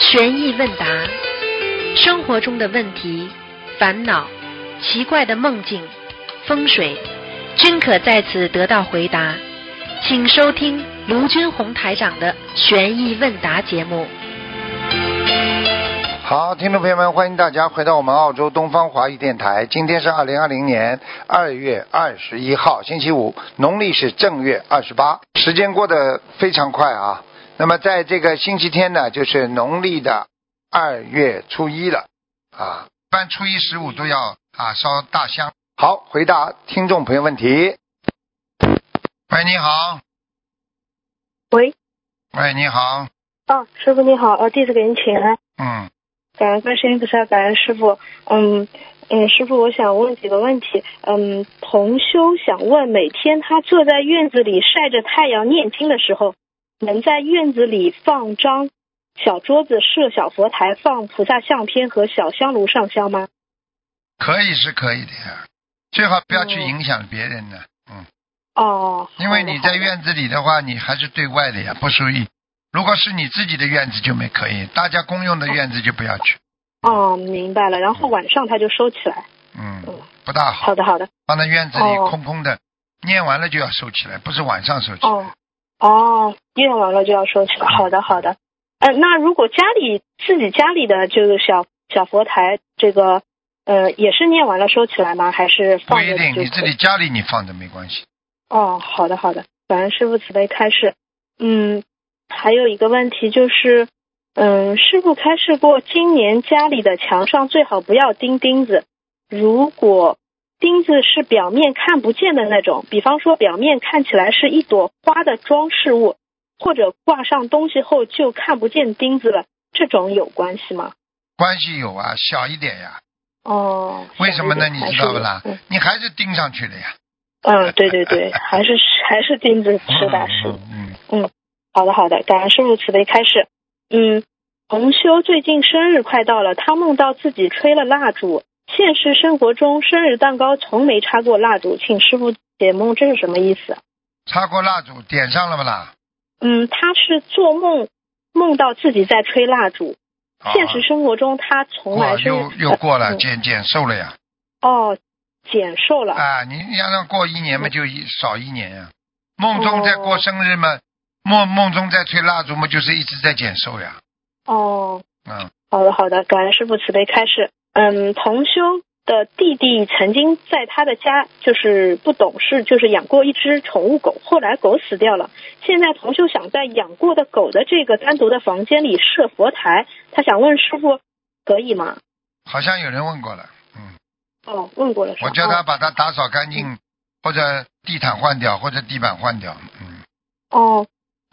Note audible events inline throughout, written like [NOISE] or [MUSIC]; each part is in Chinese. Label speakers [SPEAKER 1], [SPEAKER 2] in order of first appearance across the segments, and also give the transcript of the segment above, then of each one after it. [SPEAKER 1] 悬疑问答，生活中的问题、烦恼、奇怪的梦境、风水，均可在此得到回答。请收听卢军红台长的悬疑问答节目。
[SPEAKER 2] 好，听众朋友们，欢迎大家回到我们澳洲东方华语电台。今天是二零二零年二月二十一号，星期五，农历是正月二十八。时间过得非常快啊。那么在这个星期天呢，就是农历的二月初一了啊。一般初一十五都要啊烧大香。好，回答听众朋友问题。喂，你好。
[SPEAKER 3] 喂，
[SPEAKER 2] 喂，你好。
[SPEAKER 3] 哦，师傅你好，呃，弟子给您请安，
[SPEAKER 2] 嗯，
[SPEAKER 3] 感恩观世音菩萨，感恩师傅。嗯嗯，师傅，我想问几个问题。嗯，同修想问，每天他坐在院子里晒着太阳念经的时候，能在院子里放张小桌子设小佛台，放菩萨相片和小香炉上香吗？
[SPEAKER 2] 可以是可以的呀，最好不要去影响别人呢。嗯，
[SPEAKER 3] 哦，
[SPEAKER 2] 因为你在
[SPEAKER 3] 好的
[SPEAKER 2] 院子里的话，你还是对外的呀，不属于。如果是你自己的院子就没可以，大家公用的院子就不要去。
[SPEAKER 3] 哦，明白了。然后晚上他就收起来。
[SPEAKER 2] 嗯
[SPEAKER 3] 嗯，
[SPEAKER 2] 不大好，
[SPEAKER 3] 好的，好的。
[SPEAKER 2] 放在院子里
[SPEAKER 3] 哦
[SPEAKER 2] 空空的，念完了就要收起来，不是晚上收起来。
[SPEAKER 3] 哦，哦，念完了就要收起
[SPEAKER 2] 嗯
[SPEAKER 3] 来。好的，好的。呃，那如果家里自己家里的这个小小佛台，这个呃也是念完了收起来吗？还是
[SPEAKER 2] 不
[SPEAKER 3] 放着
[SPEAKER 2] 一定，
[SPEAKER 3] 就
[SPEAKER 2] 你自
[SPEAKER 3] 可以
[SPEAKER 2] 己家里你放着没关系。
[SPEAKER 3] 哦，好的好的，感恩师傅慈悲开示。嗯，还有一个问题就是，嗯，师傅开示过，今年家里的墙上最好不要钉钉子，如果钉子是表面看不见的那种，比方说表面看起来是一朵花的装饰物，或者挂上东西后就看不见钉子了，这种有关系吗？
[SPEAKER 2] 关系有啊，小一点呀。
[SPEAKER 3] 哦，
[SPEAKER 2] 为什么呢？你
[SPEAKER 3] 还
[SPEAKER 2] 知
[SPEAKER 3] 是
[SPEAKER 2] 道不
[SPEAKER 3] 有
[SPEAKER 2] 啦
[SPEAKER 3] 嗯？
[SPEAKER 2] 你还是盯上去了呀。
[SPEAKER 3] 嗯，对
[SPEAKER 2] [LAUGHS]
[SPEAKER 3] 对对，还是还是钉子，是的，是的。
[SPEAKER 2] 嗯嗯，
[SPEAKER 3] 好的，好的，感恩师傅慈悲开示。嗯，同修最近生日快到了，他梦到自己吹了蜡烛。现实生活中，生日蛋糕从没插过蜡烛，请师傅解梦，这是什么意思？
[SPEAKER 2] 插过蜡烛，点上了不啦？
[SPEAKER 3] 嗯，他是做梦梦到自己在吹蜡烛，
[SPEAKER 2] 啊
[SPEAKER 3] 现实生活中他从来
[SPEAKER 2] 过
[SPEAKER 3] 是
[SPEAKER 2] 又又过了，
[SPEAKER 3] 嗯
[SPEAKER 2] 减减瘦了呀。
[SPEAKER 3] 哦减寿
[SPEAKER 2] [LAUGHS]
[SPEAKER 3] 了。
[SPEAKER 2] 啊，你你让他过一年嘛，就一少一年呀。梦中在
[SPEAKER 3] 哦
[SPEAKER 2] 过生日嘛，梦梦中在吹蜡烛嘛，就是一直在减寿呀。
[SPEAKER 3] 哦，
[SPEAKER 2] 嗯，
[SPEAKER 3] 好的，好的，感恩师傅慈悲开示。嗯，同修的弟弟曾经在他的家就是不懂事，就是养过一只宠物狗，后来狗死掉了。现在同修想在养过的狗的这个单独的房间里设佛台，他想问师傅可以吗？
[SPEAKER 2] 好像有人问过了。嗯，
[SPEAKER 3] 哦，问过了是吧
[SPEAKER 2] 我叫他
[SPEAKER 3] 哦嗯
[SPEAKER 2] 把它打扫干净，或者地毯换掉，或者地板换掉。嗯，
[SPEAKER 3] 哦，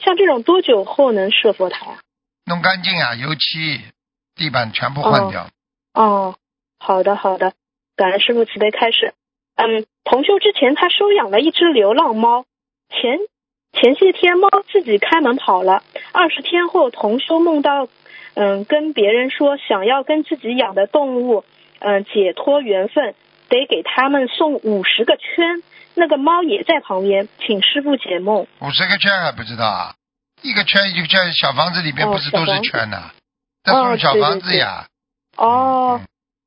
[SPEAKER 3] 像这种多久后能设佛台啊？
[SPEAKER 2] 弄干净啊，油漆、地板全部换掉。
[SPEAKER 3] 哦，好的好的，感恩师傅慈悲开始。嗯，同修之前他收养了一只流浪猫，前前些天猫自己开门跑了。二十天后，同修梦到，嗯，跟别人说想要跟自己养的动物，嗯，解脱缘分，得给他们送五十个圈。那个猫也在旁边，请师傅解梦。
[SPEAKER 2] 五十个圈还不知道啊？一个圈一个圈，小房子里面
[SPEAKER 3] 哦
[SPEAKER 2] 不是都
[SPEAKER 3] 小
[SPEAKER 2] 是
[SPEAKER 3] 房子
[SPEAKER 2] 圈呐？这种小房子呀，
[SPEAKER 3] 哦，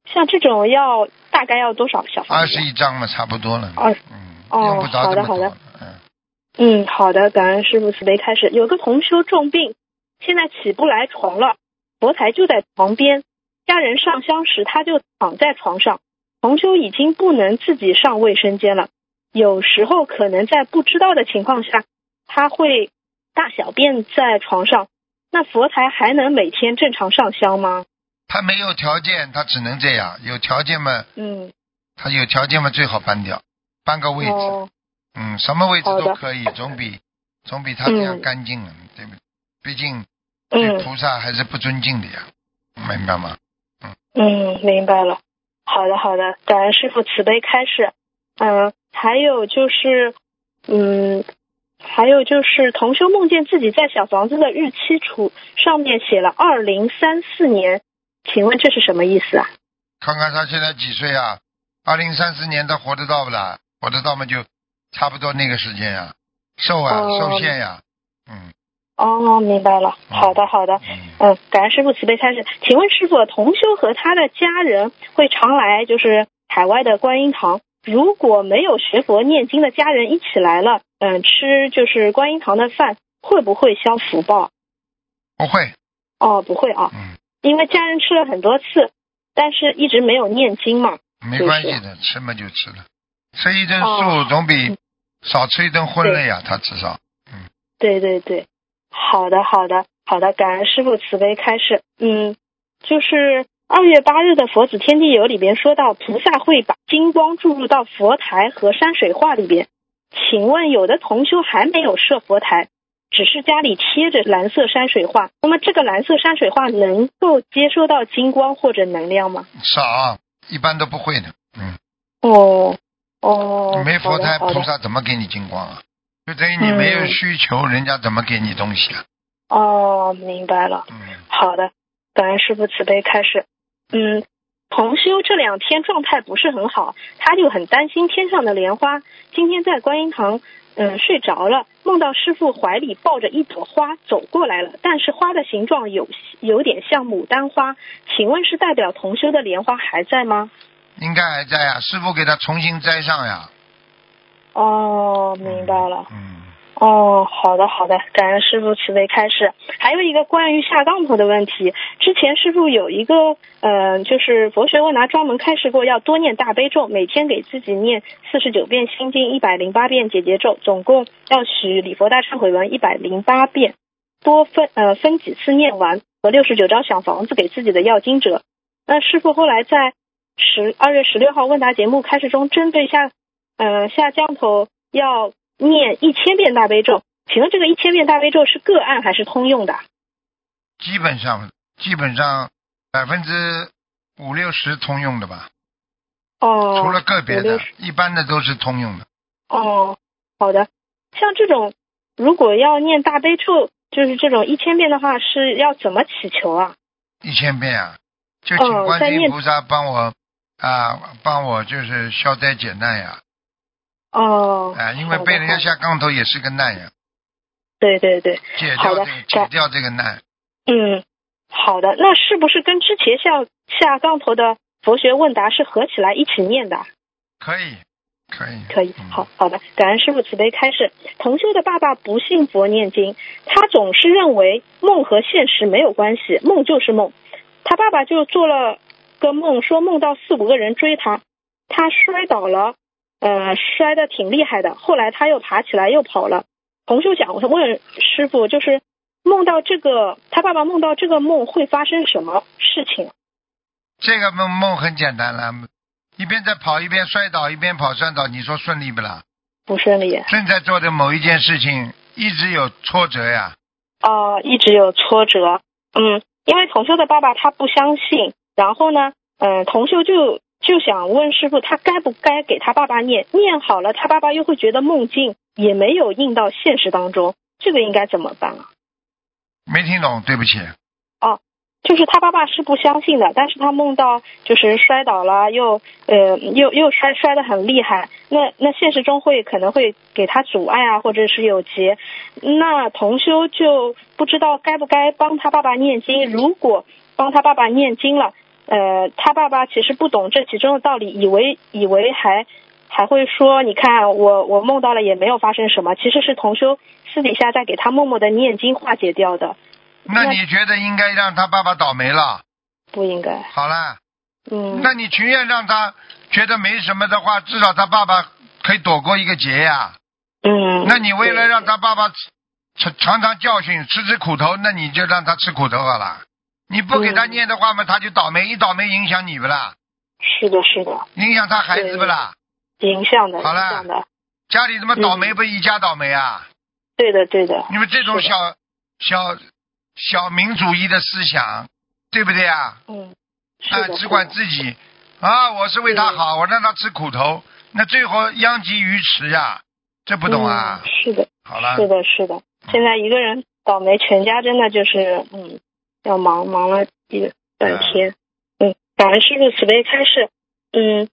[SPEAKER 3] 像这种要大概要多少小
[SPEAKER 2] 嗯
[SPEAKER 3] 房
[SPEAKER 2] 二
[SPEAKER 3] 子啊
[SPEAKER 2] 十
[SPEAKER 3] 呀？
[SPEAKER 2] 一张嘛，差不多了。
[SPEAKER 3] 二
[SPEAKER 2] 嗯，
[SPEAKER 3] 哦
[SPEAKER 2] 用不着这么
[SPEAKER 3] 好的
[SPEAKER 2] 多
[SPEAKER 3] 好。
[SPEAKER 2] 嗯，
[SPEAKER 3] 嗯，好的，感恩师傅慈悲开始。有个同修重病，现在起不来床了，佛台就在床边。家人上香时，他就躺在床上。同修已经不能自己上卫生间了，有时候可能在不知道的情况下，他会大小便在床上。那佛台还能每天正常上香吗？
[SPEAKER 2] 他没有条件，他只能这样。有条件嘛，
[SPEAKER 3] 嗯，
[SPEAKER 2] 他有条件嘛，最好搬掉，搬个位置。
[SPEAKER 3] 哦，
[SPEAKER 2] 嗯，什么位置
[SPEAKER 3] 好
[SPEAKER 2] 都
[SPEAKER 3] 的
[SPEAKER 2] 可以，总
[SPEAKER 3] [LAUGHS]
[SPEAKER 2] 比总比他这样
[SPEAKER 3] 嗯
[SPEAKER 2] 干净，啊，对不对？毕竟对
[SPEAKER 3] 嗯
[SPEAKER 2] 菩萨还是不尊敬的呀，明白吗？
[SPEAKER 3] 嗯，明白了。好的，好的，感恩师傅慈悲开示。嗯，还有就是，嗯，还有就是，同修梦见自己在小房子的日期处上面写了二零三四年，请问这是什么意思啊？
[SPEAKER 2] 看看他现在几岁啊？二零三四年他活得到不啦？活得到嘛就差不多那个时间呀、瘦啊，
[SPEAKER 3] 哦
[SPEAKER 2] 受限呀、嗯，
[SPEAKER 3] 哦，明白了。好的，好的。嗯，感恩师傅慈悲开示。请问师傅，同修和他的家人会常来就是海外的观音堂，如果没有学佛念经的家人一起来了，嗯，吃就是观音堂的饭，会不会消福报？
[SPEAKER 2] 不会，
[SPEAKER 3] 哦，不会啊，
[SPEAKER 2] 嗯，
[SPEAKER 3] 因为家人吃了很多次，但是一直没有念经嘛。
[SPEAKER 2] 没关系的，吃嘛就吃了，吃一顿素
[SPEAKER 3] 哦
[SPEAKER 2] 总比少吃一顿荤类呀、他至少
[SPEAKER 3] 对对对，好的好的好的，感恩师傅慈悲开示。嗯，就是二月八日的《佛子天地游》里边说到，菩萨会把金光注入到佛台和山水画里边。请问，有的同修还没有设佛台，只是家里贴着蓝色山水画，那么这个蓝色山水画能够接收到金光或者能量吗？
[SPEAKER 2] 少，一般都不会的。嗯，
[SPEAKER 3] 哦哦，
[SPEAKER 2] 没佛台，
[SPEAKER 3] 好的好
[SPEAKER 2] 菩
[SPEAKER 3] 的
[SPEAKER 2] 萨怎么给你金光啊？就等于你没有
[SPEAKER 3] 嗯
[SPEAKER 2] 需求，人家怎么给你东西啊？
[SPEAKER 3] 哦，明白了。
[SPEAKER 2] 嗯，
[SPEAKER 3] 好的，感恩师傅慈悲开示。嗯，同修这两天状态不是很好，他就很担心天上的莲花。今天在观音堂，嗯，睡着了，梦到师傅怀里抱着一朵花走过来了，但是花的形状有有点像牡丹花，请问是代表同修的莲花还在吗？
[SPEAKER 2] 应该还在呀、师傅给他重新栽上呀。
[SPEAKER 3] 哦，明白了。
[SPEAKER 2] 嗯，
[SPEAKER 3] 哦，好的好的，感恩师傅慈悲开示。还有一个关于下杠头的问题，之前师傅有一个，呃，就是佛学问答专门开示过，要多念大悲咒，每天给自己念四十九遍心经，一百零八遍解结咒，总共要许礼佛大忏悔文一百零八遍，多分呃分几次念完和六十九张小房子给自己的要经者。那师傅后来在十二月十六号问答节目开始中，针对下呃下降头要念一千遍大悲咒，请问这个一千遍大悲咒是个案还是通用的？
[SPEAKER 2] 基本上基本上百分之五六十通用的吧，
[SPEAKER 3] 哦，
[SPEAKER 2] 除了个别的
[SPEAKER 3] 50，
[SPEAKER 2] 一般的都是通用的。
[SPEAKER 3] 哦，好的，像这种如果要念大悲咒，就是这种一千遍的话，是要怎么祈求啊？
[SPEAKER 2] 一千遍啊，就
[SPEAKER 3] 哦
[SPEAKER 2] 请观
[SPEAKER 3] 在
[SPEAKER 2] 世音
[SPEAKER 3] 念
[SPEAKER 2] 菩萨帮我啊，帮我就是消灾解难呀，
[SPEAKER 3] 哦，
[SPEAKER 2] 啊，因为
[SPEAKER 3] 好的
[SPEAKER 2] 被人家
[SPEAKER 3] 好的
[SPEAKER 2] 下杠头也是个难呀，
[SPEAKER 3] 对对对，
[SPEAKER 2] 解
[SPEAKER 3] 好
[SPEAKER 2] 掉这个
[SPEAKER 3] 的感
[SPEAKER 2] 解掉这个难，
[SPEAKER 3] 嗯，好的，那是不是跟之前下下杠头的佛学问答是合起来一起念的啊？
[SPEAKER 2] 可以，可以，
[SPEAKER 3] 可以
[SPEAKER 2] 嗯，
[SPEAKER 3] 好好的，感恩师傅慈悲开示。同修的爸爸不信佛念经，他总是认为梦和现实没有关系，梦就是梦。他爸爸就做了个梦，说梦到四五个人追他，他摔倒了，呃，摔得挺厉害的。后来他又爬起来又跑了。同修想问师傅，就是梦到这个，他爸爸梦到这个梦会发生什么事情？
[SPEAKER 2] 这个梦梦很简单了，一边在跑一边摔倒，一边跑摔倒，你说顺利不啦？
[SPEAKER 3] 不顺利
[SPEAKER 2] 正在做的某一件事情一直有挫折呀，
[SPEAKER 3] 哦，一直有挫折。嗯，因为同修的爸爸他不相信，然后呢，嗯，同修就就想问师傅，他该不该给他爸爸念？念好了，他爸爸又会觉得梦境也没有应到现实当中，这个应该怎么办啊？
[SPEAKER 2] 没听懂，对不起。
[SPEAKER 3] 就是他爸爸是不相信的，但是他梦到就是摔倒了，又呃又又摔摔得很厉害，那那现实中会可能会给他阻碍啊，或者是有劫，那同修就不知道该不该帮他爸爸念经。如果帮他爸爸念经了，呃，他爸爸其实不懂这其中的道理，以为以为还还会说，你看我我梦到了也没有发生什么，其实是同修私底下在给他默默的念经化解掉的，
[SPEAKER 2] 那
[SPEAKER 3] 那
[SPEAKER 2] 你觉得应该让他爸爸倒霉了？
[SPEAKER 3] 不应该，
[SPEAKER 2] 好啦，
[SPEAKER 3] 嗯。
[SPEAKER 2] 那你情愿让他觉得没什么的话，至少他爸爸可以躲过一个劫呀。
[SPEAKER 3] 嗯，
[SPEAKER 2] 那你为了让
[SPEAKER 3] 对
[SPEAKER 2] 他爸爸尝尝尝教训，吃吃苦头，那你就让他吃苦头好了。你不给他
[SPEAKER 3] 嗯
[SPEAKER 2] 念的话嘛，他就倒霉，一倒霉影响你不啦？
[SPEAKER 3] 是的，是的，
[SPEAKER 2] 影响他孩子不啦？
[SPEAKER 3] 影响的，影
[SPEAKER 2] 好了
[SPEAKER 3] 响的，
[SPEAKER 2] 家里怎么倒霉
[SPEAKER 3] 嗯
[SPEAKER 2] 不一家倒霉啊？
[SPEAKER 3] 对的，对的，
[SPEAKER 2] 你们这种
[SPEAKER 3] 嗯是的
[SPEAKER 2] 小小小民主义的思想，对不对啊？
[SPEAKER 3] 嗯，是
[SPEAKER 2] 啊
[SPEAKER 3] 的，，
[SPEAKER 2] 只管
[SPEAKER 3] 是的
[SPEAKER 2] 自己啊，我是为他好，我让他吃苦头，那最后殃及鱼池呀、这不懂啊嗯
[SPEAKER 3] 嗯？是的，
[SPEAKER 2] 好了，
[SPEAKER 3] 是的，是的，现在一个人倒霉，全家真的就是嗯，要忙忙了一半天，嗯，感恩师傅慈悲开示，嗯，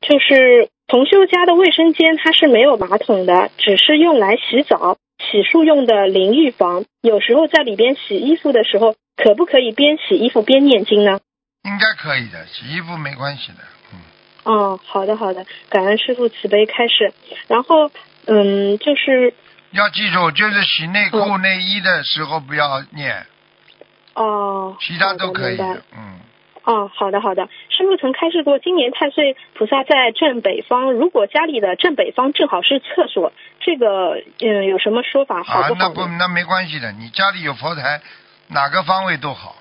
[SPEAKER 3] 就是同修家的卫生间它是没有马桶的，只是用来洗澡。洗漱用的淋浴房，有时候在里边洗衣服的时候，可不可以边洗衣服边念经呢？
[SPEAKER 2] 应该可以的，洗衣服没关系的。嗯，
[SPEAKER 3] 哦，好的好的，感恩师傅慈悲开始。然后，嗯，就是
[SPEAKER 2] 要记住，就是洗内裤、
[SPEAKER 3] 嗯
[SPEAKER 2] 内衣的时候不要念，
[SPEAKER 3] 哦，
[SPEAKER 2] 其他都可以
[SPEAKER 3] 好的明白
[SPEAKER 2] 的。嗯，
[SPEAKER 3] 哦，好的好的，师傅曾开示过，今年太岁菩萨在正北方，如果家里的正北方正好是厕所，这个嗯有什么说法好
[SPEAKER 2] 啊
[SPEAKER 3] 不，
[SPEAKER 2] 那
[SPEAKER 3] 好
[SPEAKER 2] 不
[SPEAKER 3] 呢？
[SPEAKER 2] 那没关系的，你家里有佛台，哪个方位都好。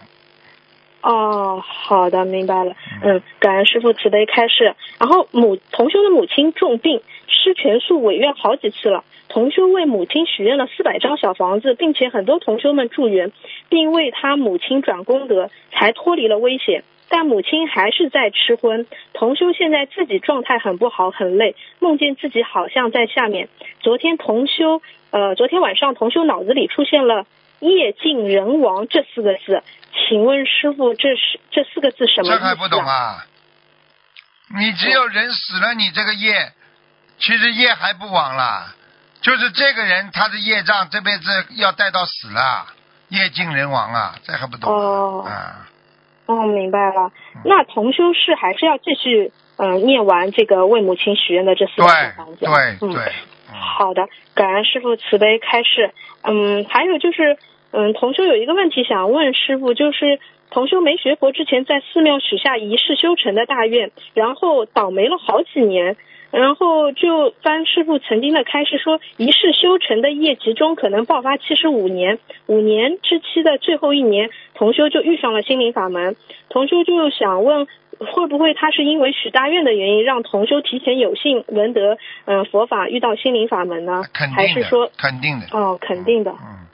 [SPEAKER 3] 哦，好的，明白了。嗯，感恩师傅慈悲开示。然后母同修的母亲重病，吃全素违愿好几次了。同修为母亲许愿了四百张小房子，并且很多同修们助缘，并为他母亲转功德，才脱离了危险。但母亲还是在吃荤。同修现在自己状态很不好，很累，梦见自己好像在下面。昨天同修，呃，昨天晚上同修脑子里出现了“夜尽人亡”这四个字，请问师傅，这是这四个字什么意思、
[SPEAKER 2] 这还不懂？啊？你只有人死了，你这个业，其实业还不往啦，就是这个人他的业障这辈子要带到死了，业尽人亡啊，这还不懂啊？
[SPEAKER 3] 哦
[SPEAKER 2] 啊
[SPEAKER 3] 哦，明白了。
[SPEAKER 2] 嗯
[SPEAKER 3] 那同修是还是要继续嗯、呃念完这个为母亲许愿的这四
[SPEAKER 2] 对
[SPEAKER 3] 个小房子。
[SPEAKER 2] 对
[SPEAKER 3] 嗯
[SPEAKER 2] 对，嗯
[SPEAKER 3] 好的，感恩师傅慈悲开示。嗯，还有就是，嗯，同修有一个问题想问师傅，就是同修没学佛之前，在寺庙许下一世修成的大愿，然后倒霉了好几年，然后就翻师傅曾经的开示说，一世修成的业集中可能爆发七十五年，五年之期的最后一年，同修就遇上了心灵法门，同修就想问，会不会他是因为许大愿的原因，让同修提前有幸闻得嗯、呃佛法，遇到心灵法门呢？
[SPEAKER 2] 嗯肯
[SPEAKER 3] 还
[SPEAKER 2] 定
[SPEAKER 3] 是
[SPEAKER 2] 的
[SPEAKER 3] 说，，
[SPEAKER 2] 肯定的，
[SPEAKER 3] 哦，肯定的。
[SPEAKER 2] 嗯，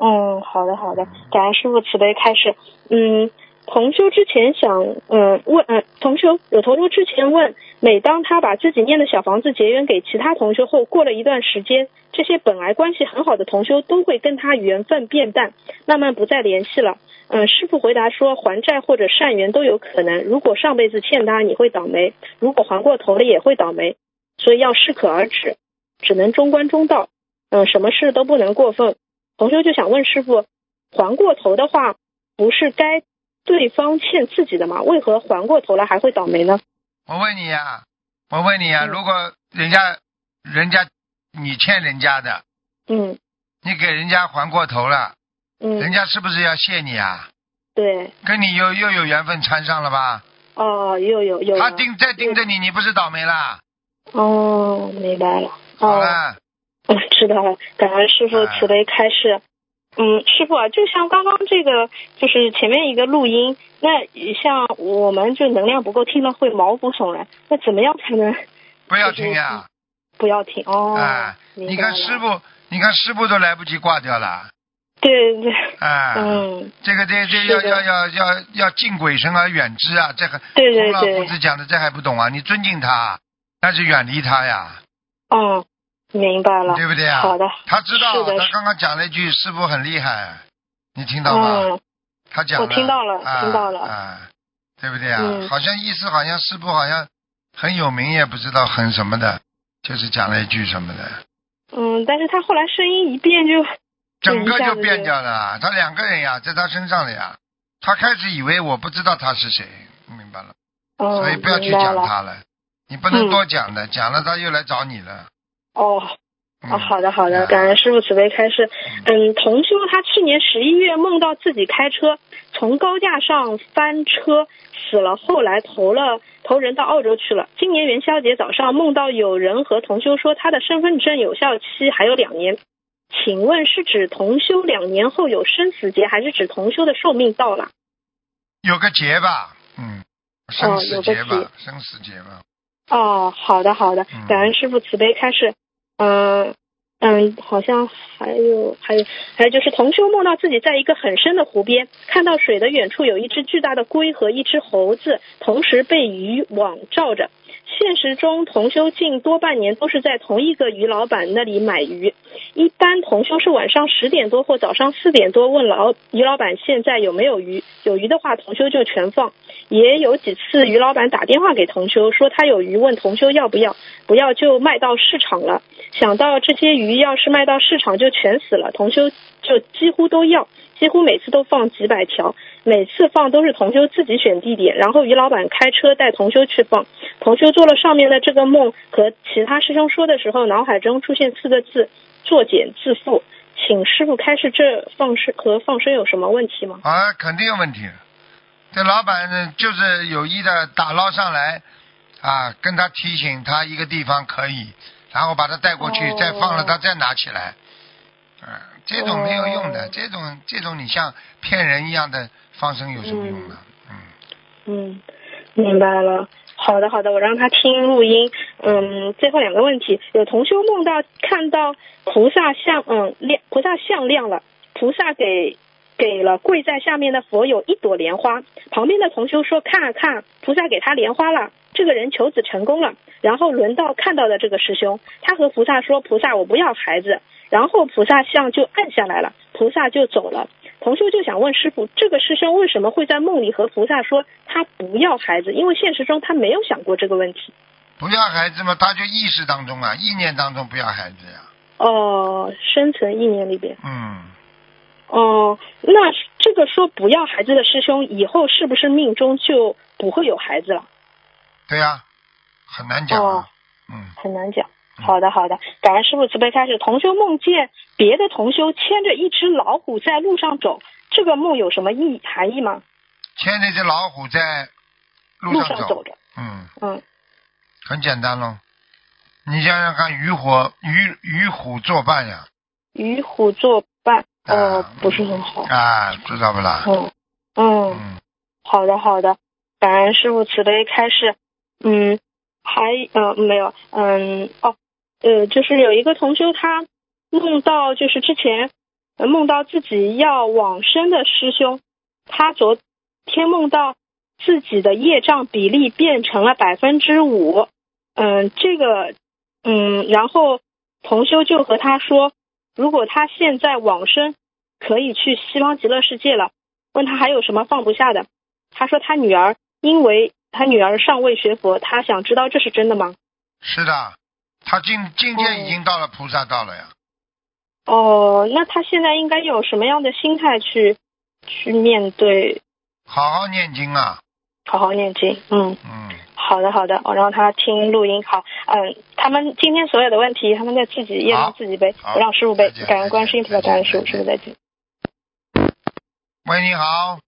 [SPEAKER 3] 嗯，好的好的，感恩师傅慈悲开示。嗯，同修之前想，嗯、问，嗯、同修有同修之前问，每当他把自己念的小房子结缘给其他同修后，过了一段时间，这些本来关系很好的同修都会跟他缘分变淡，慢慢不再联系了。嗯，师傅回答说，还债或者善缘都有可能。如果上辈子欠他，你会倒霉；如果还过头了，也会倒霉。所以要适可而止，只能中观中道。嗯，什么事都不能过分。同修就想问师傅，还过头的话，不是该对方欠自己的吗？为何还过头了还会倒霉呢？
[SPEAKER 2] 我问你呀、我问你呀、
[SPEAKER 3] 嗯
[SPEAKER 2] 如果人家人家你欠人家的，
[SPEAKER 3] 嗯
[SPEAKER 2] 你给人家还过头了，人
[SPEAKER 3] 嗯，
[SPEAKER 2] 家是不是要谢你啊？
[SPEAKER 3] 对，
[SPEAKER 2] 跟你又又有缘分缠上了吧？
[SPEAKER 3] 哦，又有有
[SPEAKER 2] 他
[SPEAKER 3] 了
[SPEAKER 2] 盯再盯着你，你不是倒霉啦？
[SPEAKER 3] 哦，明白了，
[SPEAKER 2] 好
[SPEAKER 3] 哦，
[SPEAKER 2] 了，哎
[SPEAKER 3] 嗯，知道了，感恩师傅慈悲开示。嗯，师傅啊，就像刚刚这个，就是前面一个录音，那像我们就能量不够，听了会毛骨悚然。那怎么样才能 [LAUGHS]
[SPEAKER 2] 不要听呀！
[SPEAKER 3] 不要听？哦，
[SPEAKER 2] 哎，
[SPEAKER 3] 明
[SPEAKER 2] 你
[SPEAKER 3] 白
[SPEAKER 2] 看
[SPEAKER 3] 了
[SPEAKER 2] 师，傅，你看师傅都来不及挂掉了，
[SPEAKER 3] 对对对，
[SPEAKER 2] 哎，
[SPEAKER 3] 嗯，
[SPEAKER 2] 这个这这
[SPEAKER 3] 是
[SPEAKER 2] 要
[SPEAKER 3] 的
[SPEAKER 2] 要要要要敬鬼神而远之啊！这个
[SPEAKER 3] 对对
[SPEAKER 2] 孔老
[SPEAKER 3] 对
[SPEAKER 2] 夫子讲的这还不懂啊？你尊敬他，但是远离他呀，
[SPEAKER 3] 嗯，明白了。
[SPEAKER 2] 对不对啊？
[SPEAKER 3] 好的
[SPEAKER 2] 他知道，
[SPEAKER 3] 是的
[SPEAKER 2] 他
[SPEAKER 3] 是
[SPEAKER 2] 刚刚讲了一句师傅很厉害，你听到吗？
[SPEAKER 3] 嗯，
[SPEAKER 2] 他讲
[SPEAKER 3] 我听到了
[SPEAKER 2] 啊、
[SPEAKER 3] 听到了
[SPEAKER 2] 啊，对不对啊？
[SPEAKER 3] 嗯
[SPEAKER 2] 好像意思好像师傅好像很有名，也不知道很什么的，就是讲了一句什么的，
[SPEAKER 3] 嗯，但是他后来声音一变就，
[SPEAKER 2] 整个
[SPEAKER 3] 一下
[SPEAKER 2] 就
[SPEAKER 3] 子
[SPEAKER 2] 变
[SPEAKER 3] 就
[SPEAKER 2] 掉了。啊他两个人呀，在他身上了呀。他开始以为我不知道他是谁，明白了，
[SPEAKER 3] 嗯，
[SPEAKER 2] 所以
[SPEAKER 3] 明
[SPEAKER 2] 不
[SPEAKER 3] 白
[SPEAKER 2] 要
[SPEAKER 3] 了。
[SPEAKER 2] 去讲他了，你不能
[SPEAKER 3] 嗯
[SPEAKER 2] 多讲的，讲了他又来找你了。
[SPEAKER 3] 哦，
[SPEAKER 2] 嗯、
[SPEAKER 3] 哦，好的好
[SPEAKER 2] 啊
[SPEAKER 3] 的，感恩师傅慈悲开示。嗯，同修他去年十一月梦到自己开车从高架上翻车死了，后来投了投人到澳洲去了。今年元宵节早上梦到有人和同修说他的身份证有效期还有两年，请问是指同修两年后有生死劫，还是指同修的寿命到了？
[SPEAKER 2] 有个结吧，嗯，生死
[SPEAKER 3] 哦有个
[SPEAKER 2] 结吧，
[SPEAKER 3] 结
[SPEAKER 2] 生死结吧。
[SPEAKER 3] 哦，好的好的
[SPEAKER 2] 嗯，
[SPEAKER 3] 感恩师傅慈悲开示。嗯、嗯，好像还有还有还有就是同修梦到自己在一个很深的湖边，看到水的远处有一只巨大的龟和一只猴子，同时被渔网罩着。现实中同修近多半年都是在同一个鱼老板那里买鱼，一般同修是晚上十点多或早上四点多问老鱼老板现在有没有鱼，有鱼的话同修就全放。也有几次鱼老板打电话给同修说他有鱼，问同修要不要，不要就卖到市场了。想到这些鱼要是卖到市场就全死了，同修就几乎都要，几乎每次都放几百条，每次放都是同修自己选地点，然后于老板开车带同修去放。同修做了上面的这个梦，和其他师兄说的时候，脑海中出现四个字：作茧自缚。请师傅开示，这放生和放生有什么问题吗？
[SPEAKER 2] 啊，肯定有问题。这老板呢，就是有意的打捞上来，啊，跟他提醒他一个地方可以，然后把他带过去，
[SPEAKER 3] 哦
[SPEAKER 2] 再放了他再拿起来，嗯、这种没有用的，
[SPEAKER 3] 哦
[SPEAKER 2] 这种这种你像骗人一样的放生有什么用啊？嗯，
[SPEAKER 3] 嗯，明白了。好的，好的，我让他听录音。嗯，最后两个问题，有同修梦到看到菩萨像，嗯，亮菩萨像亮了，菩萨给给了跪在下面的佛友一朵莲花，旁边的同修说看啊看，菩萨给他莲花了，这个人求子成功了。然后轮到看到的这个师兄，他和菩萨说菩萨我不要孩子，然后菩萨像就按下来了，菩萨就走了。同修就想问师傅，这个师兄为什么会在梦里和菩萨说他不要孩子？因为现实中他没有想过这个问题。
[SPEAKER 2] 不要孩子嘛，他就意识当中啊，意念当中不要孩子呀、
[SPEAKER 3] 哦，深层意念里边。
[SPEAKER 2] 嗯，
[SPEAKER 3] 哦，那这个说不要孩子的师兄，以后是不是命中就不会有孩子了？
[SPEAKER 2] 对呀、很难讲、啊
[SPEAKER 3] 哦
[SPEAKER 2] 嗯，
[SPEAKER 3] 很难讲。好的，好的，感恩师傅慈悲开始。同修梦见别的同修牵着一只老虎在路上走，这个梦有什么意含义吗？
[SPEAKER 2] 牵着一只老虎在路
[SPEAKER 3] 路
[SPEAKER 2] 上
[SPEAKER 3] 上走着，
[SPEAKER 2] 嗯，
[SPEAKER 3] 嗯，
[SPEAKER 2] 很简单喽。你想想看，与火与与虎作伴呀，
[SPEAKER 3] 与虎作伴，哦
[SPEAKER 2] 啊，
[SPEAKER 3] 不是很好。
[SPEAKER 2] 啊，知道不啦？
[SPEAKER 3] 嗯嗯，
[SPEAKER 2] 嗯，
[SPEAKER 3] 好的，好的，感恩师傅慈悲开示。嗯，还呃没有，嗯哦，呃，就是有一个同修他梦到就是之前、呃梦到自己要往生的师兄，他昨天梦到自己的业障比例变成了百分之五，嗯，这个嗯，然后同修就和他说，如果他现在往生，可以去西方极乐世界了。问他还有什么放不下的，他说他女儿因为他女儿尚未学佛，他想知道这是真的吗？
[SPEAKER 2] 是的，他境境界已经到了菩萨道了呀。
[SPEAKER 3] 哦，那他现在应该有什么样的心态去去面对，
[SPEAKER 2] 好好念经啊，
[SPEAKER 3] 好好念经？嗯，
[SPEAKER 2] 嗯，
[SPEAKER 3] 好的好的，我让他听录音。好，嗯，他们今天所有的问题，他们在自己业
[SPEAKER 2] 好
[SPEAKER 3] 障自己背，
[SPEAKER 2] 好
[SPEAKER 3] 我让师傅背
[SPEAKER 2] 再见，
[SPEAKER 3] 感恩观世音菩萨，
[SPEAKER 2] 再见
[SPEAKER 3] 感恩师傅，
[SPEAKER 2] 再
[SPEAKER 3] 师
[SPEAKER 2] 见
[SPEAKER 3] 傅再见。
[SPEAKER 2] 喂，你好，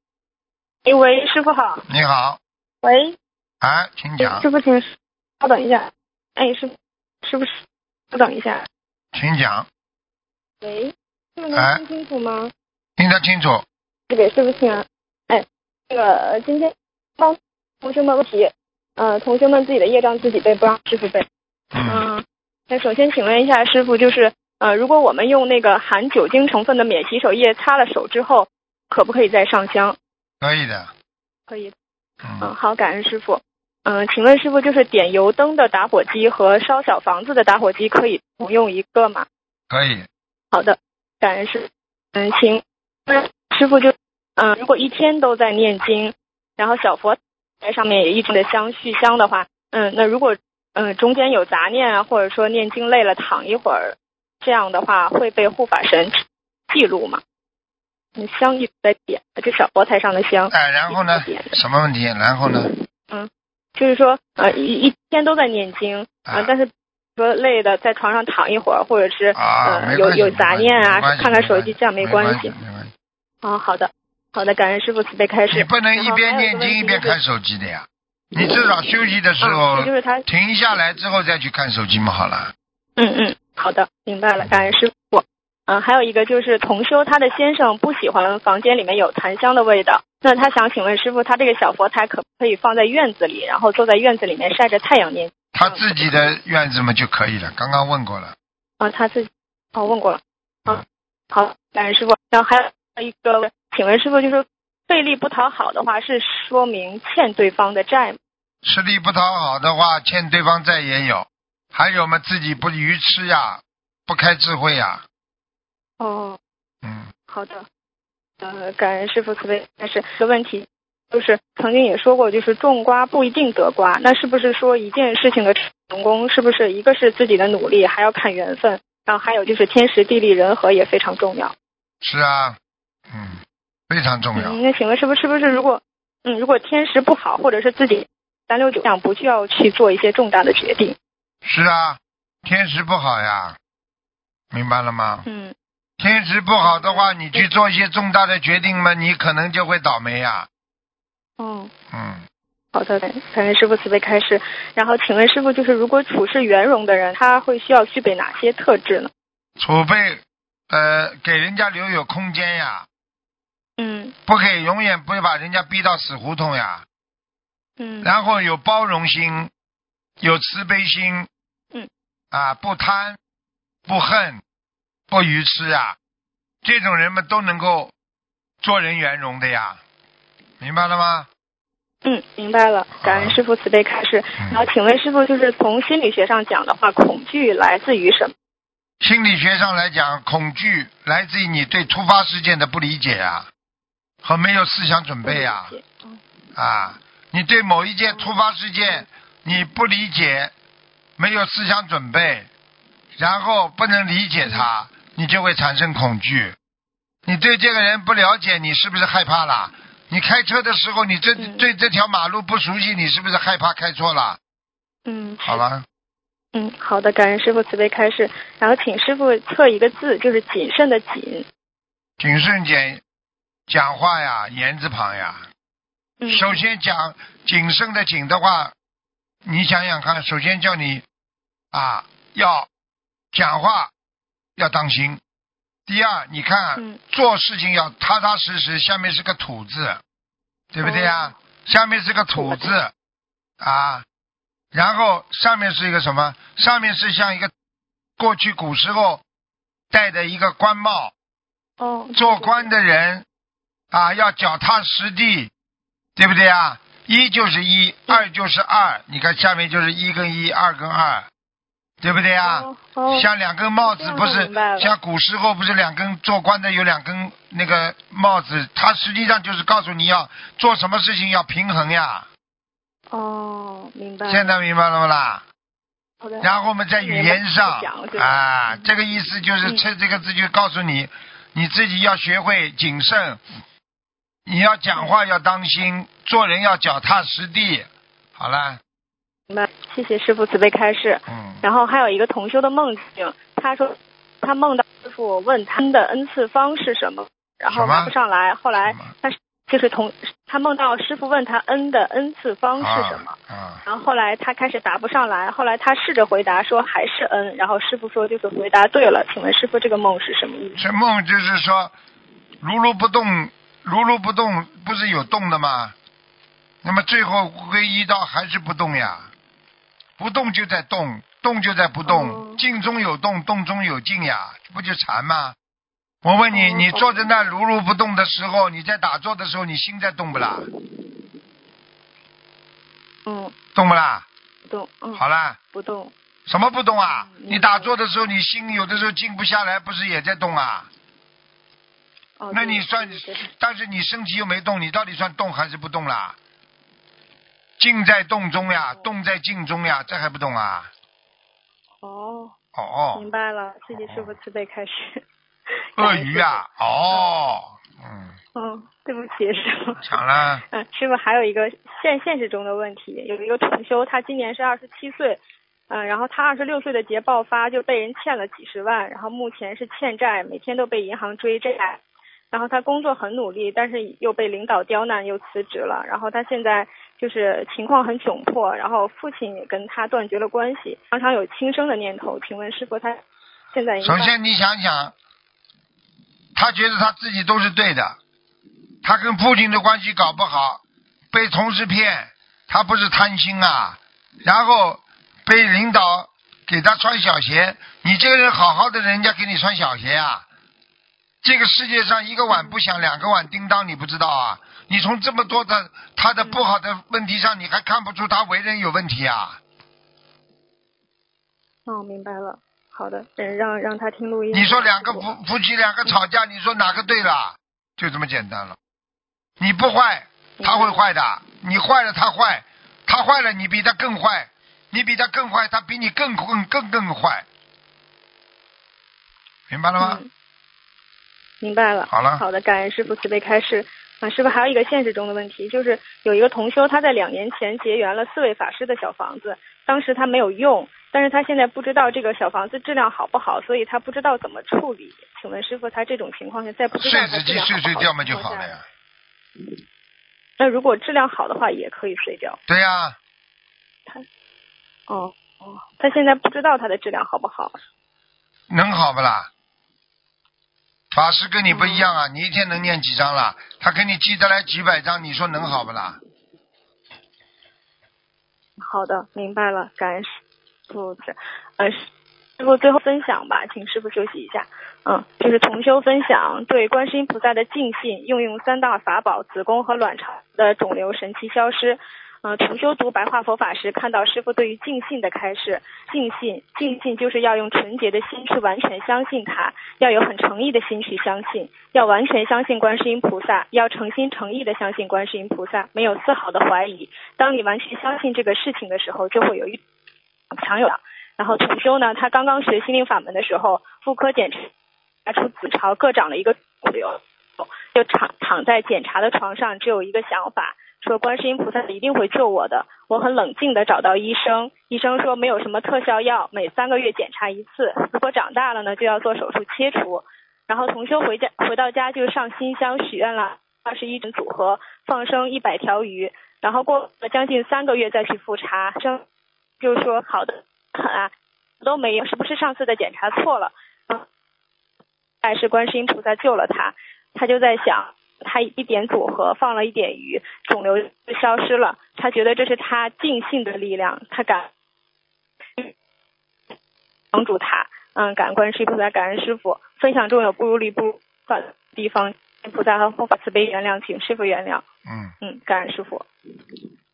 [SPEAKER 3] 哎喂，师傅好，
[SPEAKER 2] 你好，
[SPEAKER 3] 喂，
[SPEAKER 2] 啊，请讲，
[SPEAKER 3] 师傅请稍等一下，哎，师傅师傅稍等一下，
[SPEAKER 2] 请讲，
[SPEAKER 3] 喂，师傅
[SPEAKER 2] 哎
[SPEAKER 3] 能听清楚吗？
[SPEAKER 2] 听得清楚，
[SPEAKER 3] 这给师傅请安。哎，那个今天帮同学们问题，呃，同学们自己的业障自己背，不让师傅背。
[SPEAKER 2] 嗯，
[SPEAKER 3] 嗯，那首先请问一下师傅，就是呃，如果我们用那个含酒精成分的免洗手液擦了手之后，可不可以再上香？
[SPEAKER 2] 可以的，
[SPEAKER 3] 可以。嗯，
[SPEAKER 2] 嗯，
[SPEAKER 3] 好，感恩师傅。嗯，请问师傅，就是点油灯的打火机和烧小房子的打火机可以同用一个吗？
[SPEAKER 2] 可以，
[SPEAKER 3] 好的，感恩师。嗯，行。那师傅就，嗯，如果一天都在念经，然后小佛台上面也一直的香续香的话，嗯，那如果嗯中间有杂念啊，或者说念经累了躺一会儿，这样的话会被护法神记录吗？嗯，香一直在点，这小佛台上的香，
[SPEAKER 2] 哎，然后呢
[SPEAKER 3] 一点，的
[SPEAKER 2] 什么问题？然后呢？
[SPEAKER 3] 就是说，呃，一一天都在念经，啊、
[SPEAKER 2] 啊
[SPEAKER 3] 但是说累的在床上躺一会儿，或者是
[SPEAKER 2] 啊，
[SPEAKER 3] 呃
[SPEAKER 2] 没
[SPEAKER 3] 有
[SPEAKER 2] 关系，
[SPEAKER 3] 有杂念啊
[SPEAKER 2] 没关系
[SPEAKER 3] 看看手机这样
[SPEAKER 2] 没
[SPEAKER 3] 没
[SPEAKER 2] 关
[SPEAKER 3] 关
[SPEAKER 2] 系
[SPEAKER 3] 系
[SPEAKER 2] 没关系，
[SPEAKER 3] 啊、好的，好的，感恩师傅慈悲开示。
[SPEAKER 2] 你不能
[SPEAKER 3] 然
[SPEAKER 2] 一
[SPEAKER 3] 后
[SPEAKER 2] 边
[SPEAKER 3] 还
[SPEAKER 2] 念
[SPEAKER 3] 有个
[SPEAKER 2] 经
[SPEAKER 3] 问
[SPEAKER 2] 一
[SPEAKER 3] 题
[SPEAKER 2] 边
[SPEAKER 3] 就
[SPEAKER 2] 看手机的呀，你至少休息的时候
[SPEAKER 3] 啊、就是他，
[SPEAKER 2] 停下来之后再去看手机嘛，好了。
[SPEAKER 3] 嗯嗯，好的，明白了，感恩师傅。嗯、还有一个就是同修他的先生不喜欢房间里面有檀香的味道，那他想请问师傅，他这个小佛台可不可以放在院子里，然后坐在院子里面晒着太阳念经？
[SPEAKER 2] 他自己的院子嘛就可以了，刚刚问过了。
[SPEAKER 3] 啊，他自己哦问过了。啊，好，感恩师傅。然后还有一个，请问师傅，就是费力不讨好的话，是说明欠对方的债吗？
[SPEAKER 2] 吃力不讨好的话，欠对方债也有。还有嘛，自己不愚痴呀，不开智慧呀，
[SPEAKER 3] 哦，
[SPEAKER 2] 嗯，
[SPEAKER 3] 好的，呃，感恩师傅慈悲。但是个问题就是，曾经也说过，就是种瓜不一定得瓜。那是不是说一件事情的成功，是不是一个是自己的努力，还要看缘分，然后还有就是天时地利人和也非常重要。
[SPEAKER 2] 是啊，嗯，非常重要。
[SPEAKER 3] 嗯，那请问师傅，是不是如果嗯如果天时不好，或者是自己三六九想不需要去做一些重大的决定？
[SPEAKER 2] 是啊，天时不好呀，明白了吗？
[SPEAKER 3] 嗯，
[SPEAKER 2] 天时不好的话，你去做一些重大的决定嘛，你可能就会倒霉呀。
[SPEAKER 3] 哦。
[SPEAKER 2] 嗯，
[SPEAKER 3] 好的，感感恩师傅慈悲开示。然后，请问师傅，就是如果处事圆融的人，他会需要具备哪些特质呢？
[SPEAKER 2] 储备，呃，给人家留有空间呀，
[SPEAKER 3] 嗯
[SPEAKER 2] 不给永远不会把人家逼到死胡同呀。
[SPEAKER 3] 嗯
[SPEAKER 2] 然后有包容心，有慈悲心，
[SPEAKER 3] 嗯，
[SPEAKER 2] 啊，不贪，不恨，不愚痴啊，这种人们都能够做人圆融的呀，明白了吗？
[SPEAKER 3] 嗯，明白了，感恩师傅慈悲开示。
[SPEAKER 2] 嗯
[SPEAKER 3] 然后，请问师傅，就是从心理学上讲的话，恐惧来自于什么？
[SPEAKER 2] 心理学上来讲，恐惧来自于你对突发事件的不理解啊，和没有思想准备啊，啊，你对某一件突发事件你不理解，没有思想准备，然后不能理解他，你就会产生恐惧。你对这个人不了解，你是不是害怕了？你开车的时候，你这
[SPEAKER 3] 嗯
[SPEAKER 2] 对这条马路不熟悉，你是不是害怕开错了？
[SPEAKER 3] 嗯，
[SPEAKER 2] 好了，
[SPEAKER 3] 嗯，好的，感恩师傅慈悲开示。然后，请师傅测一个字，就是谨慎的谨。
[SPEAKER 2] 谨慎点，讲话呀，言字旁呀。
[SPEAKER 3] 嗯，
[SPEAKER 2] 首先讲谨慎的谨的话，你想想看，首先叫你啊要讲话要当心。第二，你看、啊
[SPEAKER 3] 嗯
[SPEAKER 2] 做事情要踏踏实实，下面是个土字，对不对呀、
[SPEAKER 3] 哦
[SPEAKER 2] 下面是个土字啊，然后上面是一个什么？上面是像一个过去古时候戴的一个官帽，
[SPEAKER 3] 哦，
[SPEAKER 2] 做官的人啊，要脚踏实地，对不对啊？一就是一，二就是二，你看下面就是一跟一，二跟二，对不对啊？
[SPEAKER 3] 哦哦，
[SPEAKER 2] 像两根帽子
[SPEAKER 3] 这样
[SPEAKER 2] 不
[SPEAKER 3] 我
[SPEAKER 2] 是
[SPEAKER 3] 明白了
[SPEAKER 2] 像古时候不是两根做官的有两根那个帽子，它实际上就是告诉你要做什么事情要平衡呀。
[SPEAKER 3] 哦，明白了。
[SPEAKER 2] 现在明白了不啦？
[SPEAKER 3] 好的
[SPEAKER 2] 然后我们在语言上
[SPEAKER 3] 明白这个讲
[SPEAKER 2] 啊，这个意思就是
[SPEAKER 3] 嗯
[SPEAKER 2] 这这个字就告诉你，你自己要学会谨慎，你要讲话要当心，做人要脚踏实地。好了，
[SPEAKER 3] 明白，谢谢师傅慈悲开示。
[SPEAKER 2] 嗯，
[SPEAKER 3] 然后还有一个同修的梦境，他说他梦到师傅问他的 n 次方是什么，然后
[SPEAKER 2] 什么
[SPEAKER 3] 答不上来。后来
[SPEAKER 2] 什么
[SPEAKER 3] 他就是同他梦到师傅问他 n 的 n 次方是什么，
[SPEAKER 2] 啊啊，
[SPEAKER 3] 然后后来他开始答不上来，后来他试着回答说还是 n，然后师傅说就是回答对了。请问师傅这个梦是什么意思？
[SPEAKER 2] 这梦就是说，如如不动，如如不动，不是有动的吗？那么最后归一到还是不动呀，不动就在动，动就在不动，
[SPEAKER 3] 哦
[SPEAKER 2] 静中有动，动中有静呀，这不就禅吗？我问你，
[SPEAKER 3] 哦
[SPEAKER 2] 你坐在那如如不动的时候，你在打坐的时候，你心在动不啦？
[SPEAKER 3] 嗯，
[SPEAKER 2] 动不啦？
[SPEAKER 3] 不动，嗯，
[SPEAKER 2] 好啦，
[SPEAKER 3] 不动，
[SPEAKER 2] 什么不动啊？
[SPEAKER 3] 嗯
[SPEAKER 2] 你打坐的时候，你心有的时候静不下来，不是也在动啊？
[SPEAKER 3] 哦，
[SPEAKER 2] 那
[SPEAKER 3] 对
[SPEAKER 2] 你算
[SPEAKER 3] 对对，
[SPEAKER 2] 但是你身体又没动，你到底算动还是不动啦？静在动中呀，动在静中呀，这还不动啊？
[SPEAKER 3] 哦，
[SPEAKER 2] 哦
[SPEAKER 3] 明
[SPEAKER 2] 哦，
[SPEAKER 3] 白了，谢谢师傅慈悲开示。
[SPEAKER 2] 鳄鱼
[SPEAKER 3] [LAUGHS]
[SPEAKER 2] 啊，哦，嗯，
[SPEAKER 3] 嗯，对不起，师傅。
[SPEAKER 2] 讲了，
[SPEAKER 3] 嗯，师傅还有一个现现实中的问题，有一个同修，他今年是二十七岁，嗯，然后他二十六岁的节爆发就被人欠了几十万，然后目前是欠债，每天都被银行追债，然后他工作很努力，但是又被领导刁难，又辞职了，然后他现在就是情况很窘迫，然后父亲也跟他断绝了关系，常常有轻生的念头，请问师傅他现在应
[SPEAKER 2] 首
[SPEAKER 3] 该
[SPEAKER 2] 先你想想，他觉得他自己都是对的，他跟父亲的关系搞不好，被同事骗，他不是贪心啊，然后被领导给他穿小鞋，你这个人好好的，人家给你穿小鞋啊，这个世界上一个碗不响，两个碗叮当，你不知道啊？你从这么多的他的不好的问题上，你还看不出他为人有问题啊？
[SPEAKER 3] 哦，明白了。好的，嗯，让让他听录音。
[SPEAKER 2] 你说两个夫夫妻两个吵架，你说哪个对了？就这么简单了。你不坏，他会坏的；你坏了，他坏；他坏了，你比他更坏；你比他更坏，他比你更更更更坏。明白了吗？
[SPEAKER 3] 嗯明白了。
[SPEAKER 2] 好了
[SPEAKER 3] 好的，感恩师傅慈悲开示。啊，师傅还有一个现实中的问题，就是有一个同修，他在两年前结缘了四位法师的小房子，当时他没有用，但是他现在不知道这个小房子质量好不好，所以他不知道怎么处理。请问师傅，他这种情况下在不知道
[SPEAKER 2] 碎
[SPEAKER 3] 他
[SPEAKER 2] 纸
[SPEAKER 3] 质
[SPEAKER 2] 机
[SPEAKER 3] 量好
[SPEAKER 2] 碎
[SPEAKER 3] 不
[SPEAKER 2] 碎
[SPEAKER 3] 好
[SPEAKER 2] 掉
[SPEAKER 3] 的
[SPEAKER 2] 嘛就
[SPEAKER 3] 情
[SPEAKER 2] 好
[SPEAKER 3] 况
[SPEAKER 2] 了
[SPEAKER 3] 下
[SPEAKER 2] 呀。
[SPEAKER 3] 那如果质量好的话，也可以碎掉。
[SPEAKER 2] 对呀、
[SPEAKER 3] 哦哦，他现在不知道它的质量好不好。
[SPEAKER 2] 能好不啦？法师跟你不一样啊，你一天能念几张啦？他给你寄得来几百张，你说能好不啦？
[SPEAKER 3] 好的，明白了，感恩师傅是，呃，师傅最后分享吧，请师傅休息一下。嗯，就是同修分享对观世音菩萨的敬信，运用三大法宝，子宫和卵巢的肿瘤神奇消失。嗯、同修读白话佛法时，看到师傅对于敬信的开示。敬信，敬信就是要用纯洁的心去完全相信他，要有很诚意的心去相信，要完全相信观世音菩萨，要诚心诚意的相信观世音菩萨，没有丝毫的怀疑，当你完全相信这个事情的时候，就会有一常有的。然后同修呢，他刚刚学心灵法门的时候，妇科检查出子巢各长了一个肿瘤，就躺躺在检查的床上，只有一个想法，说观世音菩萨一定会救我的。我很冷静的找到医生，医生说没有什么特效药，每三个月检查一次，如果长大了呢，就要做手术切除。然后同修回家回到家就上新香许愿了，二十一种组合放生一百条鱼，然后过了将近三个月再去复查，生就说好的很啊，都没有，是不是上次的检查错了？嗯还是观世音菩萨救了他，他就在想，他一点组合放了一点鱼，肿瘤就消失了，他觉得这是他尽信的力量，他感帮助他，嗯，感恩观世音菩萨，感恩师傅，分享中有不如理不如法的地方，菩萨和护法慈悲原谅，请师傅原谅，
[SPEAKER 2] 嗯，
[SPEAKER 3] 嗯，感恩师傅。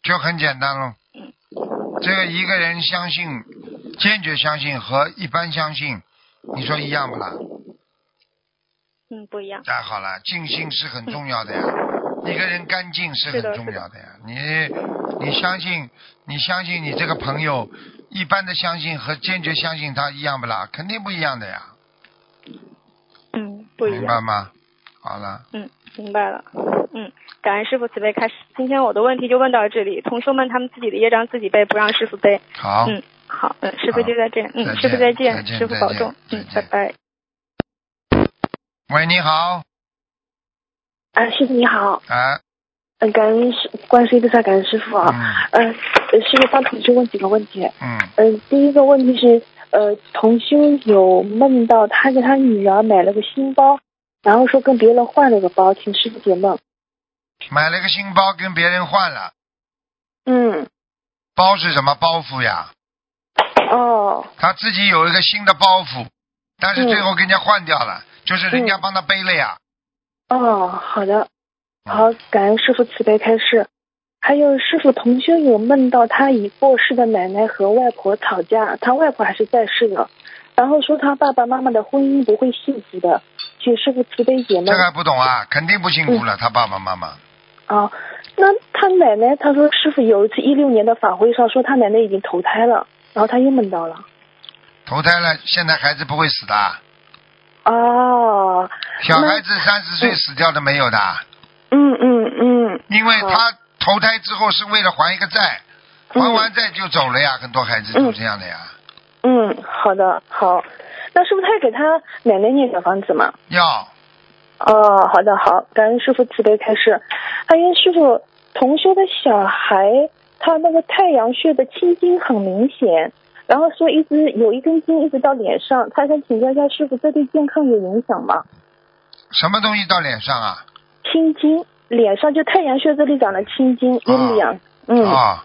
[SPEAKER 2] 就很简单喽。这个一个人相信，坚决相信和一般相信，你说一样不啦？
[SPEAKER 3] 嗯，不一样。
[SPEAKER 2] 太好了，尽心是很重要的呀，一个人干净是很重要的呀。你你相信，你相信你这个朋友，一般的相信和坚决相信他一样不啦？肯定不一样的呀，
[SPEAKER 3] 嗯，不一
[SPEAKER 2] 明白
[SPEAKER 3] 样。
[SPEAKER 2] 吗？好了。
[SPEAKER 3] 嗯，明白了。嗯，感恩师傅慈悲开始。今天我的问题就问到这里，同修们他们自己的业障自己背，不让师傅背。
[SPEAKER 2] 好，
[SPEAKER 3] 嗯，好，嗯，师傅就在这。
[SPEAKER 2] 再
[SPEAKER 3] 嗯，
[SPEAKER 2] 见
[SPEAKER 3] 师傅再见，
[SPEAKER 2] 再见
[SPEAKER 3] 师傅保
[SPEAKER 2] 再见
[SPEAKER 3] 重。嗯
[SPEAKER 2] 再，
[SPEAKER 3] 拜
[SPEAKER 2] 见
[SPEAKER 3] 拜。
[SPEAKER 2] 喂，你好，
[SPEAKER 4] 啊，师傅你好，
[SPEAKER 2] 哎，
[SPEAKER 4] 嗯，感恩师观世音菩萨，感恩师傅啊。
[SPEAKER 2] 嗯
[SPEAKER 4] 嗯，呃师傅帮同修问几个问题。
[SPEAKER 2] 嗯，
[SPEAKER 4] 嗯、第一个问题是，呃，同修有梦到他给他女儿买了个新包，然后说跟别人换了个包，请师傅解梦。
[SPEAKER 2] 买了个新包跟别人换了，
[SPEAKER 4] 嗯，
[SPEAKER 2] 包是什么包袱呀？
[SPEAKER 4] 哦，
[SPEAKER 2] 他自己有一个新的包袱，但是最后
[SPEAKER 4] 嗯
[SPEAKER 2] 跟人家换掉了，就是人家帮他背了呀。嗯
[SPEAKER 4] 哦，好的，好，感恩师傅慈悲开示。还有师傅，同修有梦到他已过世的奶奶和外婆吵架，他外婆还是在世的，然后说他爸爸妈妈的婚姻不会幸福的，请师傅慈悲解
[SPEAKER 2] 这
[SPEAKER 4] 梦。
[SPEAKER 2] 个还不懂啊，肯定不幸福
[SPEAKER 4] 嗯
[SPEAKER 2] 了，他爸爸妈妈。
[SPEAKER 4] 啊，那他奶奶，他说师傅有一次一六年的法会上说他奶奶已经投胎了，然后他又梦到了。
[SPEAKER 2] 投胎了，现在孩子不会死的，
[SPEAKER 4] 哦，
[SPEAKER 2] 小孩子三十岁死掉的没有的，
[SPEAKER 4] 嗯嗯嗯，
[SPEAKER 2] 因为他投胎之后是为了还一个债，
[SPEAKER 4] 嗯
[SPEAKER 2] 还完债就走了呀，很多孩子都这样的呀。
[SPEAKER 4] 嗯，好的，好。那是不是他给他奶奶念小房子嘛？
[SPEAKER 2] 要
[SPEAKER 4] 哦，好的，好，感恩师傅慈悲开示。哎呀，师傅，同修的小孩，他那个太阳穴的青筋很明显，然后说一直有一根筋一直到脸上，他想请教一下师傅，这对健康有影响吗？
[SPEAKER 2] 什么东西到脸上啊？
[SPEAKER 4] 青筋，脸上就太阳穴这里长了青筋，
[SPEAKER 2] 啊
[SPEAKER 4] 有两，嗯、
[SPEAKER 2] 啊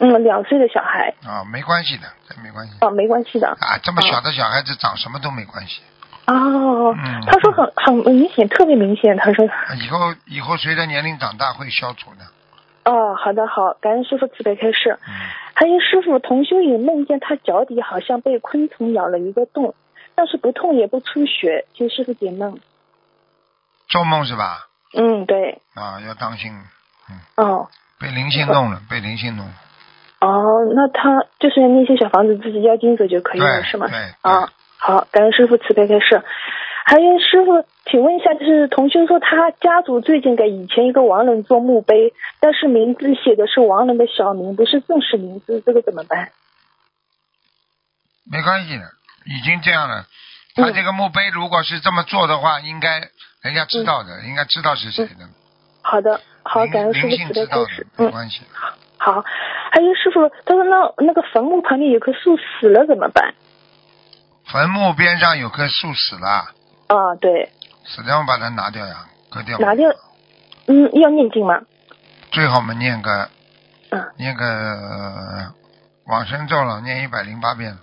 [SPEAKER 4] 嗯，两岁的小孩，
[SPEAKER 2] 啊，没关系的，这没关系。
[SPEAKER 4] 哦，没关系的，
[SPEAKER 2] 啊，这么
[SPEAKER 4] 啊
[SPEAKER 2] 小的小孩子长什么都没关系，
[SPEAKER 4] 哦
[SPEAKER 2] 嗯，
[SPEAKER 4] 他说很很明显，特别明显。他说，
[SPEAKER 2] 啊以后以后随着年龄长大会消除的。
[SPEAKER 4] 哦，好的好，感恩师傅慈悲开示。
[SPEAKER 2] 嗯，
[SPEAKER 4] 还有师傅，同修也梦见他脚底好像被昆虫咬了一个洞，但是不痛也不出血，请师傅解梦。
[SPEAKER 2] 做梦是吧？
[SPEAKER 4] 嗯，对，
[SPEAKER 2] 啊，要当心，
[SPEAKER 4] 哦
[SPEAKER 2] 被灵性弄了，被灵性弄了。
[SPEAKER 4] 哦，那他就是那些小房子自己要金子就可以了，
[SPEAKER 2] 对，
[SPEAKER 4] 哎是吗？
[SPEAKER 2] 对，
[SPEAKER 4] 啊，好，感恩师傅慈悲开示。还有师傅，请问一下，就是同修说他家族最近给以前一个亡人做墓碑，但是名字写的是亡人的小名，不是正式名字，这个怎么办？
[SPEAKER 2] 没关系的，已经这样了。
[SPEAKER 4] 嗯
[SPEAKER 2] 他这个墓碑如果是这么做的话，应该人家知道的，应该知道是谁的。
[SPEAKER 4] 好的，嗯好，
[SPEAKER 2] 灵
[SPEAKER 4] 感恩师
[SPEAKER 2] 灵
[SPEAKER 4] 傅
[SPEAKER 2] 性
[SPEAKER 4] 慈
[SPEAKER 2] 知
[SPEAKER 4] 悲
[SPEAKER 2] 道
[SPEAKER 4] 开
[SPEAKER 2] 的
[SPEAKER 4] 示。，
[SPEAKER 2] 没
[SPEAKER 4] 嗯，
[SPEAKER 2] 关系。
[SPEAKER 4] 好。还有师傅，他说那那个坟墓旁边有棵树死了怎么办？
[SPEAKER 2] 坟墓边上有棵树死了，
[SPEAKER 4] 啊，对，
[SPEAKER 2] 死掉把它拿掉呀，割掉。
[SPEAKER 4] 拿掉。嗯，要念经吗？
[SPEAKER 2] 最好嘛，念个
[SPEAKER 4] 嗯，
[SPEAKER 2] 念个呃往生咒了，念一百零八遍。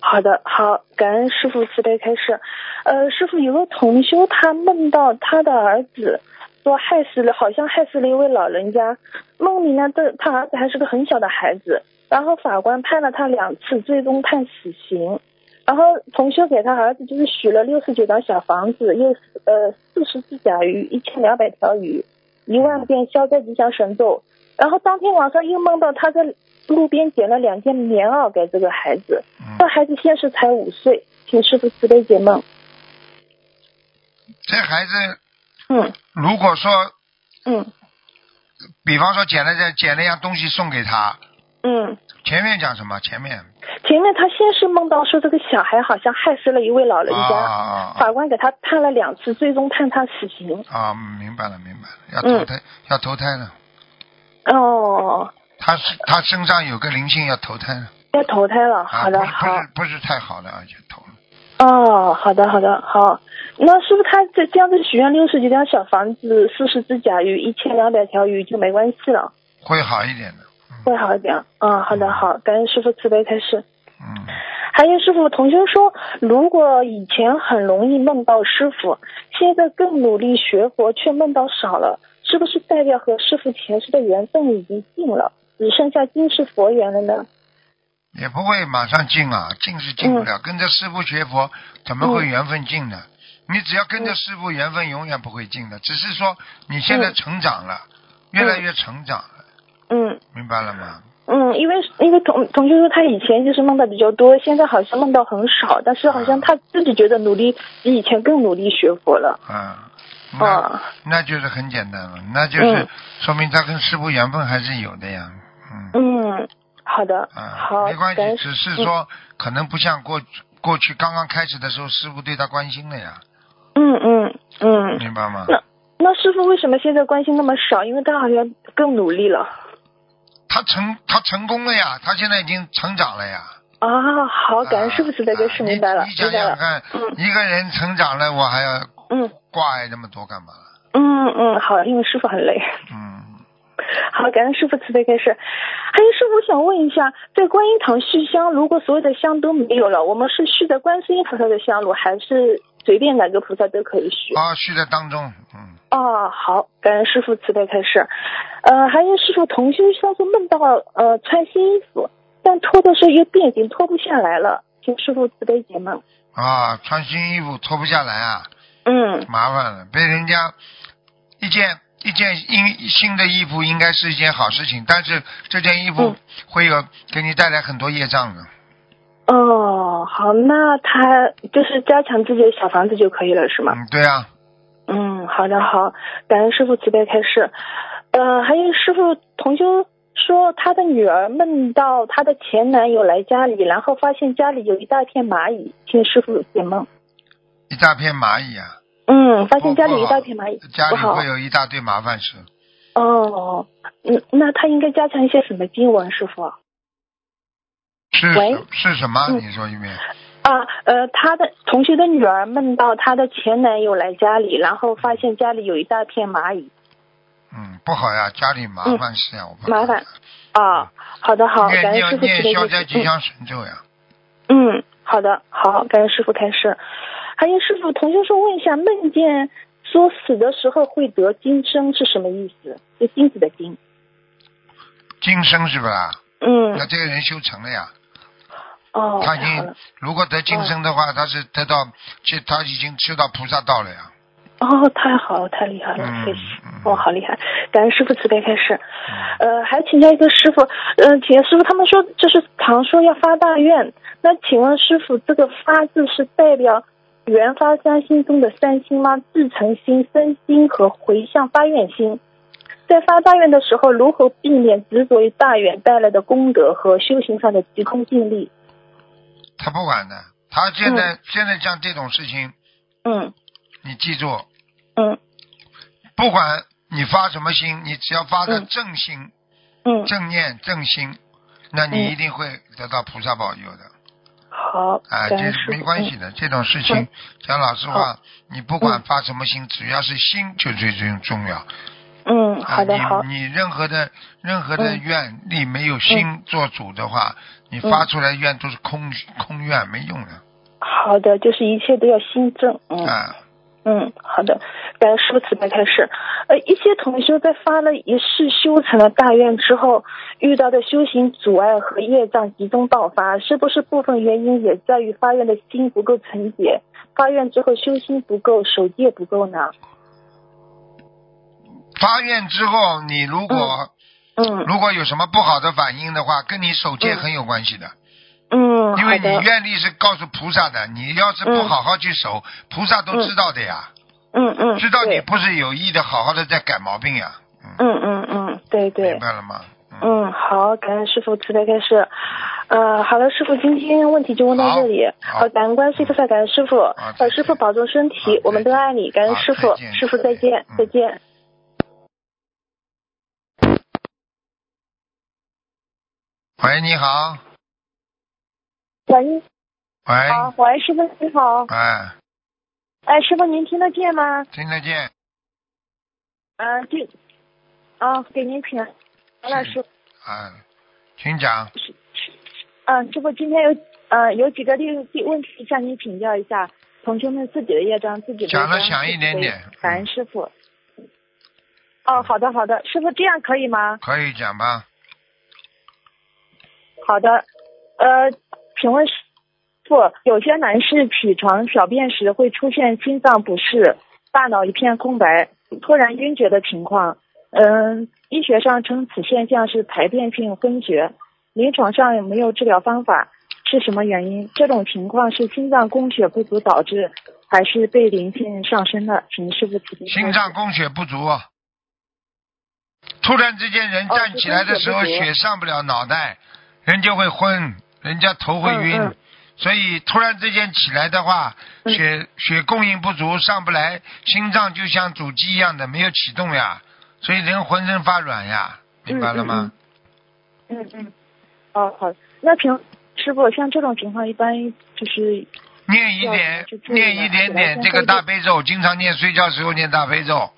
[SPEAKER 4] 好的，好，感恩师傅慈悲开示。呃，师傅有个同修，他梦到他的儿子说害死了，好像害死了一位老人家。梦里呢，这他儿子还是个很小的孩子，然后法官判了他两次，最终判死刑。然后同修给他儿子就是许了六十九张小房子，又呃四十只甲鱼，一千两百条鱼，一万遍消灾吉祥神咒。然后当天晚上又梦到他在路边捡了两件棉袄给这个孩子。
[SPEAKER 2] 嗯
[SPEAKER 4] 这，孩子现在是才五岁，请师傅慈悲解梦。
[SPEAKER 2] 这孩子
[SPEAKER 4] 嗯
[SPEAKER 2] 如果说，
[SPEAKER 4] 嗯
[SPEAKER 2] 比方说捡了这捡了样东西送给他，
[SPEAKER 4] 嗯，
[SPEAKER 2] 前面讲什么？前面
[SPEAKER 4] 前面他先是梦到说这个小孩好像害死了一位老人
[SPEAKER 2] 啊
[SPEAKER 4] 家，
[SPEAKER 2] 啊啊
[SPEAKER 4] 法官给他判了两次，最终判他死刑。
[SPEAKER 2] 啊啊！明白了，明白了，要
[SPEAKER 4] 嗯
[SPEAKER 2] 投胎，要投胎了。
[SPEAKER 4] 哦，
[SPEAKER 2] 他是他身上有个灵性要投胎了，
[SPEAKER 4] 要投胎了。
[SPEAKER 2] 啊，
[SPEAKER 4] 好的，
[SPEAKER 2] 不是
[SPEAKER 4] 好
[SPEAKER 2] 不。是不是太好的，而且投了。
[SPEAKER 4] 哦，好的，好的，好。那是不是他这这样子许愿六十几张小房子，四十只甲鱼，一千两百条鱼就没关系了，
[SPEAKER 2] 会好一点的。嗯
[SPEAKER 4] 会好一点？嗯，好的，好，感恩师傅慈悲开示。
[SPEAKER 2] 嗯，
[SPEAKER 4] 还有师傅，同学说，如果以前很容易梦到师傅，现在更努力学佛却梦到少了，是不是代表和师傅前世的缘分已经尽了，只剩下今世佛缘了呢？
[SPEAKER 2] 也不会马上进啊，进是进不
[SPEAKER 4] 嗯
[SPEAKER 2] 了。跟着师傅学佛，怎么会缘分尽呢？你只要跟
[SPEAKER 4] 嗯
[SPEAKER 2] 着师傅，缘分永远不会尽的。只是说你现在成长了，越来越成长了，
[SPEAKER 4] 嗯
[SPEAKER 2] 明白了吗？
[SPEAKER 4] 嗯，因为因为同同学说他以前就是梦到比较多，现在好像梦到很少，但是好像他自己觉得努力比以前更努力学佛了。
[SPEAKER 2] 啊，那、
[SPEAKER 4] 啊，
[SPEAKER 2] 那就是很简单了，那就是
[SPEAKER 4] 嗯
[SPEAKER 2] 说明他跟师傅缘分还是有的呀。嗯
[SPEAKER 4] 嗯，好的，
[SPEAKER 2] 啊，
[SPEAKER 4] 好
[SPEAKER 2] 没关，
[SPEAKER 4] 感嗯恩
[SPEAKER 2] 系，只是说可能不像过过去刚刚开始的时候，师傅对他关心了呀，
[SPEAKER 4] 嗯嗯嗯，
[SPEAKER 2] 明白吗？
[SPEAKER 4] 那那师傅为什么现在关心那么少？因为他好像更努力了。
[SPEAKER 2] 他成他成功了呀，他现在已经成长了呀。
[SPEAKER 4] 啊，好，感恩师傅慈悲开示，
[SPEAKER 2] 啊
[SPEAKER 4] 明白了，
[SPEAKER 2] 你你想
[SPEAKER 4] 明白
[SPEAKER 2] 想
[SPEAKER 4] 了。
[SPEAKER 2] 看，一个人成长了，我还要
[SPEAKER 4] 嗯
[SPEAKER 2] 挂碍那么多干嘛？
[SPEAKER 4] 嗯嗯，好，因为师傅很累。
[SPEAKER 2] 嗯，
[SPEAKER 4] 好，感恩师傅慈悲开示。还有师傅，我想问一下，在观音堂续香，如果所有的香都没有了，我们是续的观世音菩萨的香炉，还是随便哪个菩萨都可以续？
[SPEAKER 2] 啊，续在当中，嗯，
[SPEAKER 4] 哦，好，感恩师傅慈悲开示。呃，还有师傅同修上次梦到呃穿新衣服，但脱的时候又变形，脱不下来了，请师傅慈悲解梦。
[SPEAKER 2] 啊，穿新衣服脱不下来啊，
[SPEAKER 4] 嗯
[SPEAKER 2] 麻烦了，被人家一件一件新新的衣服应该是一件好事情，但是这件衣服
[SPEAKER 4] 嗯
[SPEAKER 2] 会有给你带来很多业障的。
[SPEAKER 4] 哦，好，那他就是加强自己的小房子就可以了，是吗？
[SPEAKER 2] 嗯，对啊，
[SPEAKER 4] 嗯，好的，好，感恩师傅慈悲开示。呃，还有师傅同修说，他的女儿梦到她的前男友来家里，然后发现家里有一大片蚂蚁，请师傅解梦。
[SPEAKER 2] 一大片蚂蚁啊，
[SPEAKER 4] 嗯，发现家里有一大片蚂蚁，
[SPEAKER 2] 家
[SPEAKER 4] 不
[SPEAKER 2] 里
[SPEAKER 4] 好
[SPEAKER 2] 会。有一大堆麻烦事。
[SPEAKER 4] 哦，嗯，那他应该加强一些什么经文，师傅？
[SPEAKER 2] 是
[SPEAKER 4] 喂
[SPEAKER 2] 什是什么？
[SPEAKER 4] 嗯
[SPEAKER 2] 你说一遍。
[SPEAKER 4] 啊，呃，他的同学的女儿梦到她的前男友来家里，然后发现家里有一大片蚂蚁。
[SPEAKER 2] 嗯，不好呀，家里麻烦事呀，我怕
[SPEAKER 4] 嗯麻烦啊，好的好，
[SPEAKER 2] 嗯念
[SPEAKER 4] 感恩师
[SPEAKER 2] 念
[SPEAKER 4] 傅慈
[SPEAKER 2] 念
[SPEAKER 4] 悲嗯
[SPEAKER 2] 消
[SPEAKER 4] 开
[SPEAKER 2] 灾
[SPEAKER 4] 示。
[SPEAKER 2] 吉祥神咒呀，
[SPEAKER 4] 嗯嗯，好的好，感恩师傅开示。还有师傅，同学说问一下，梦见说死的时候会得金身是什么意思？就金子的金。
[SPEAKER 2] 今生是不啦？
[SPEAKER 4] 嗯
[SPEAKER 2] 那，这个人修成了呀，
[SPEAKER 4] 哦，
[SPEAKER 2] 他已
[SPEAKER 4] 太好
[SPEAKER 2] 经。
[SPEAKER 4] 了
[SPEAKER 2] 如果得今生的话，他是得到，这他已经修到菩萨道了呀。
[SPEAKER 4] 哦，太好了，太厉害了，
[SPEAKER 2] 嗯
[SPEAKER 4] 谢谢
[SPEAKER 2] 嗯。
[SPEAKER 4] 哦，好厉害，感恩师傅慈悲开示。呃，还请教一个师傅，嗯、呃，请问师傅他们说就是常说要发大愿，那请问师傅这个发字是代表原发三心中的三心吗？自诚心、身心和回向发愿心。在发大愿的时候，如何避免执着于大愿带来的功德和修行上的急功近利？
[SPEAKER 2] 他不管的，他现在、现在像这种事情，
[SPEAKER 4] 嗯
[SPEAKER 2] 你记住，
[SPEAKER 4] 嗯
[SPEAKER 2] 不管你发什么心，你只要发的
[SPEAKER 4] 嗯
[SPEAKER 2] 正心、
[SPEAKER 4] 嗯，
[SPEAKER 2] 正念、正心，那你
[SPEAKER 4] 嗯
[SPEAKER 2] 一定会得到菩萨保佑的。
[SPEAKER 4] 好，
[SPEAKER 2] 哎，
[SPEAKER 4] 感
[SPEAKER 2] 这
[SPEAKER 4] 恩师傅
[SPEAKER 2] 没关系。的，这种事情
[SPEAKER 4] 嗯
[SPEAKER 2] 讲老实话，你不管发什么心，只要是心就最最重要。
[SPEAKER 4] 嗯，嗯好的，
[SPEAKER 2] 啊
[SPEAKER 4] 好，
[SPEAKER 2] 你你任何的任何的
[SPEAKER 4] 嗯
[SPEAKER 2] 愿力没有心做主的话，你发出来愿都是空空愿，没用的。
[SPEAKER 4] 好的，就是一切都要心正。嗯、
[SPEAKER 2] 啊，
[SPEAKER 4] 嗯，好的，感恩师父慈悲开示。呃，一些同修在发了一世修成了大愿之后，遇到的修行阻碍和业障集中爆发，是不是部分原因也在于发愿的心不够纯洁，发愿之后修心不够，守戒不够呢？
[SPEAKER 2] 发愿之后，你如果、
[SPEAKER 4] [LAUGHS] 嗯
[SPEAKER 2] 如果有什么不好的反应的话，跟你守戒
[SPEAKER 4] 嗯
[SPEAKER 2] 很有关系的，
[SPEAKER 4] 嗯，
[SPEAKER 2] 因
[SPEAKER 4] 好
[SPEAKER 2] 为你
[SPEAKER 4] 的，
[SPEAKER 2] 愿力是告诉菩萨的，你要是不
[SPEAKER 4] 嗯
[SPEAKER 2] 好好去守，菩萨都
[SPEAKER 4] 嗯
[SPEAKER 2] 知道的呀，
[SPEAKER 4] 嗯嗯，
[SPEAKER 2] 知道你
[SPEAKER 4] 对
[SPEAKER 2] 不是有意的，好好的在改毛病呀，嗯，
[SPEAKER 4] 嗯嗯嗯，对对，
[SPEAKER 2] 明白了吗？嗯，
[SPEAKER 4] 嗯，好，感恩师傅慈悲开示。呃，好了，师傅，今天问题就问到这里。
[SPEAKER 2] 好好嗯
[SPEAKER 4] 呃，感恩观世菩萨，感恩师傅。
[SPEAKER 2] 再见
[SPEAKER 4] 呃，师傅保重身
[SPEAKER 2] 好再
[SPEAKER 4] 体，我们都
[SPEAKER 2] 见
[SPEAKER 4] 爱你。感恩
[SPEAKER 2] 好
[SPEAKER 4] 师傅
[SPEAKER 2] 再见，
[SPEAKER 4] 师傅
[SPEAKER 2] 再
[SPEAKER 4] 再
[SPEAKER 2] 见
[SPEAKER 4] 见
[SPEAKER 2] 嗯，
[SPEAKER 4] 再见。
[SPEAKER 2] 喂，你好，
[SPEAKER 4] 喂，
[SPEAKER 2] 喂，
[SPEAKER 4] 好，喂，师傅你好，
[SPEAKER 2] 哎，
[SPEAKER 4] 哎，师傅您听得见吗？
[SPEAKER 2] 听得见，
[SPEAKER 4] 呃，这，哦，给您请，王老师，
[SPEAKER 2] 哎，请讲，
[SPEAKER 4] 嗯、师傅今天有呃有几个问题问题向您请教一下，同学们自己的业障自己的业
[SPEAKER 2] 讲
[SPEAKER 4] 障
[SPEAKER 2] 得响一点嗯
[SPEAKER 4] 自己的
[SPEAKER 2] 点
[SPEAKER 4] 感恩师傅。哦，好的好的，师傅这样可以吗？
[SPEAKER 2] 可以讲吧？
[SPEAKER 4] 好的，呃，请问师傅，有些男士起床小便时会出现心脏不适、大脑一片空白、突然晕厥的情况，嗯、医学上称此现象是排便性昏厥，临床上有没有治疗方法？是什么原因？这种情况是心脏供血不足导致，还是被灵性上身的？请师傅指点。
[SPEAKER 2] 心脏供血不足啊，突然之间人
[SPEAKER 4] 哦
[SPEAKER 2] 站
[SPEAKER 4] 是
[SPEAKER 2] 起来的
[SPEAKER 4] 供血
[SPEAKER 2] 时候，
[SPEAKER 4] 不足
[SPEAKER 2] 血上不了脑袋，人就会昏，人家头会
[SPEAKER 4] 嗯
[SPEAKER 2] 晕。
[SPEAKER 4] 嗯
[SPEAKER 2] 所以突然之间起来的话，
[SPEAKER 4] 嗯
[SPEAKER 2] 血血供应不足，上不来，心脏就像主机一样的没有启动呀，所以人浑身发软呀，明白了吗？
[SPEAKER 4] 嗯嗯，哦好，那请师傅像这种情况一般就是
[SPEAKER 2] 念一点
[SPEAKER 4] 要注，意
[SPEAKER 2] 念
[SPEAKER 4] 了
[SPEAKER 2] 一点
[SPEAKER 4] 起来
[SPEAKER 2] 点
[SPEAKER 4] 先
[SPEAKER 2] 这个
[SPEAKER 4] 喝
[SPEAKER 2] 大
[SPEAKER 4] 酒
[SPEAKER 2] 悲咒，经常念，睡觉时候念大悲咒。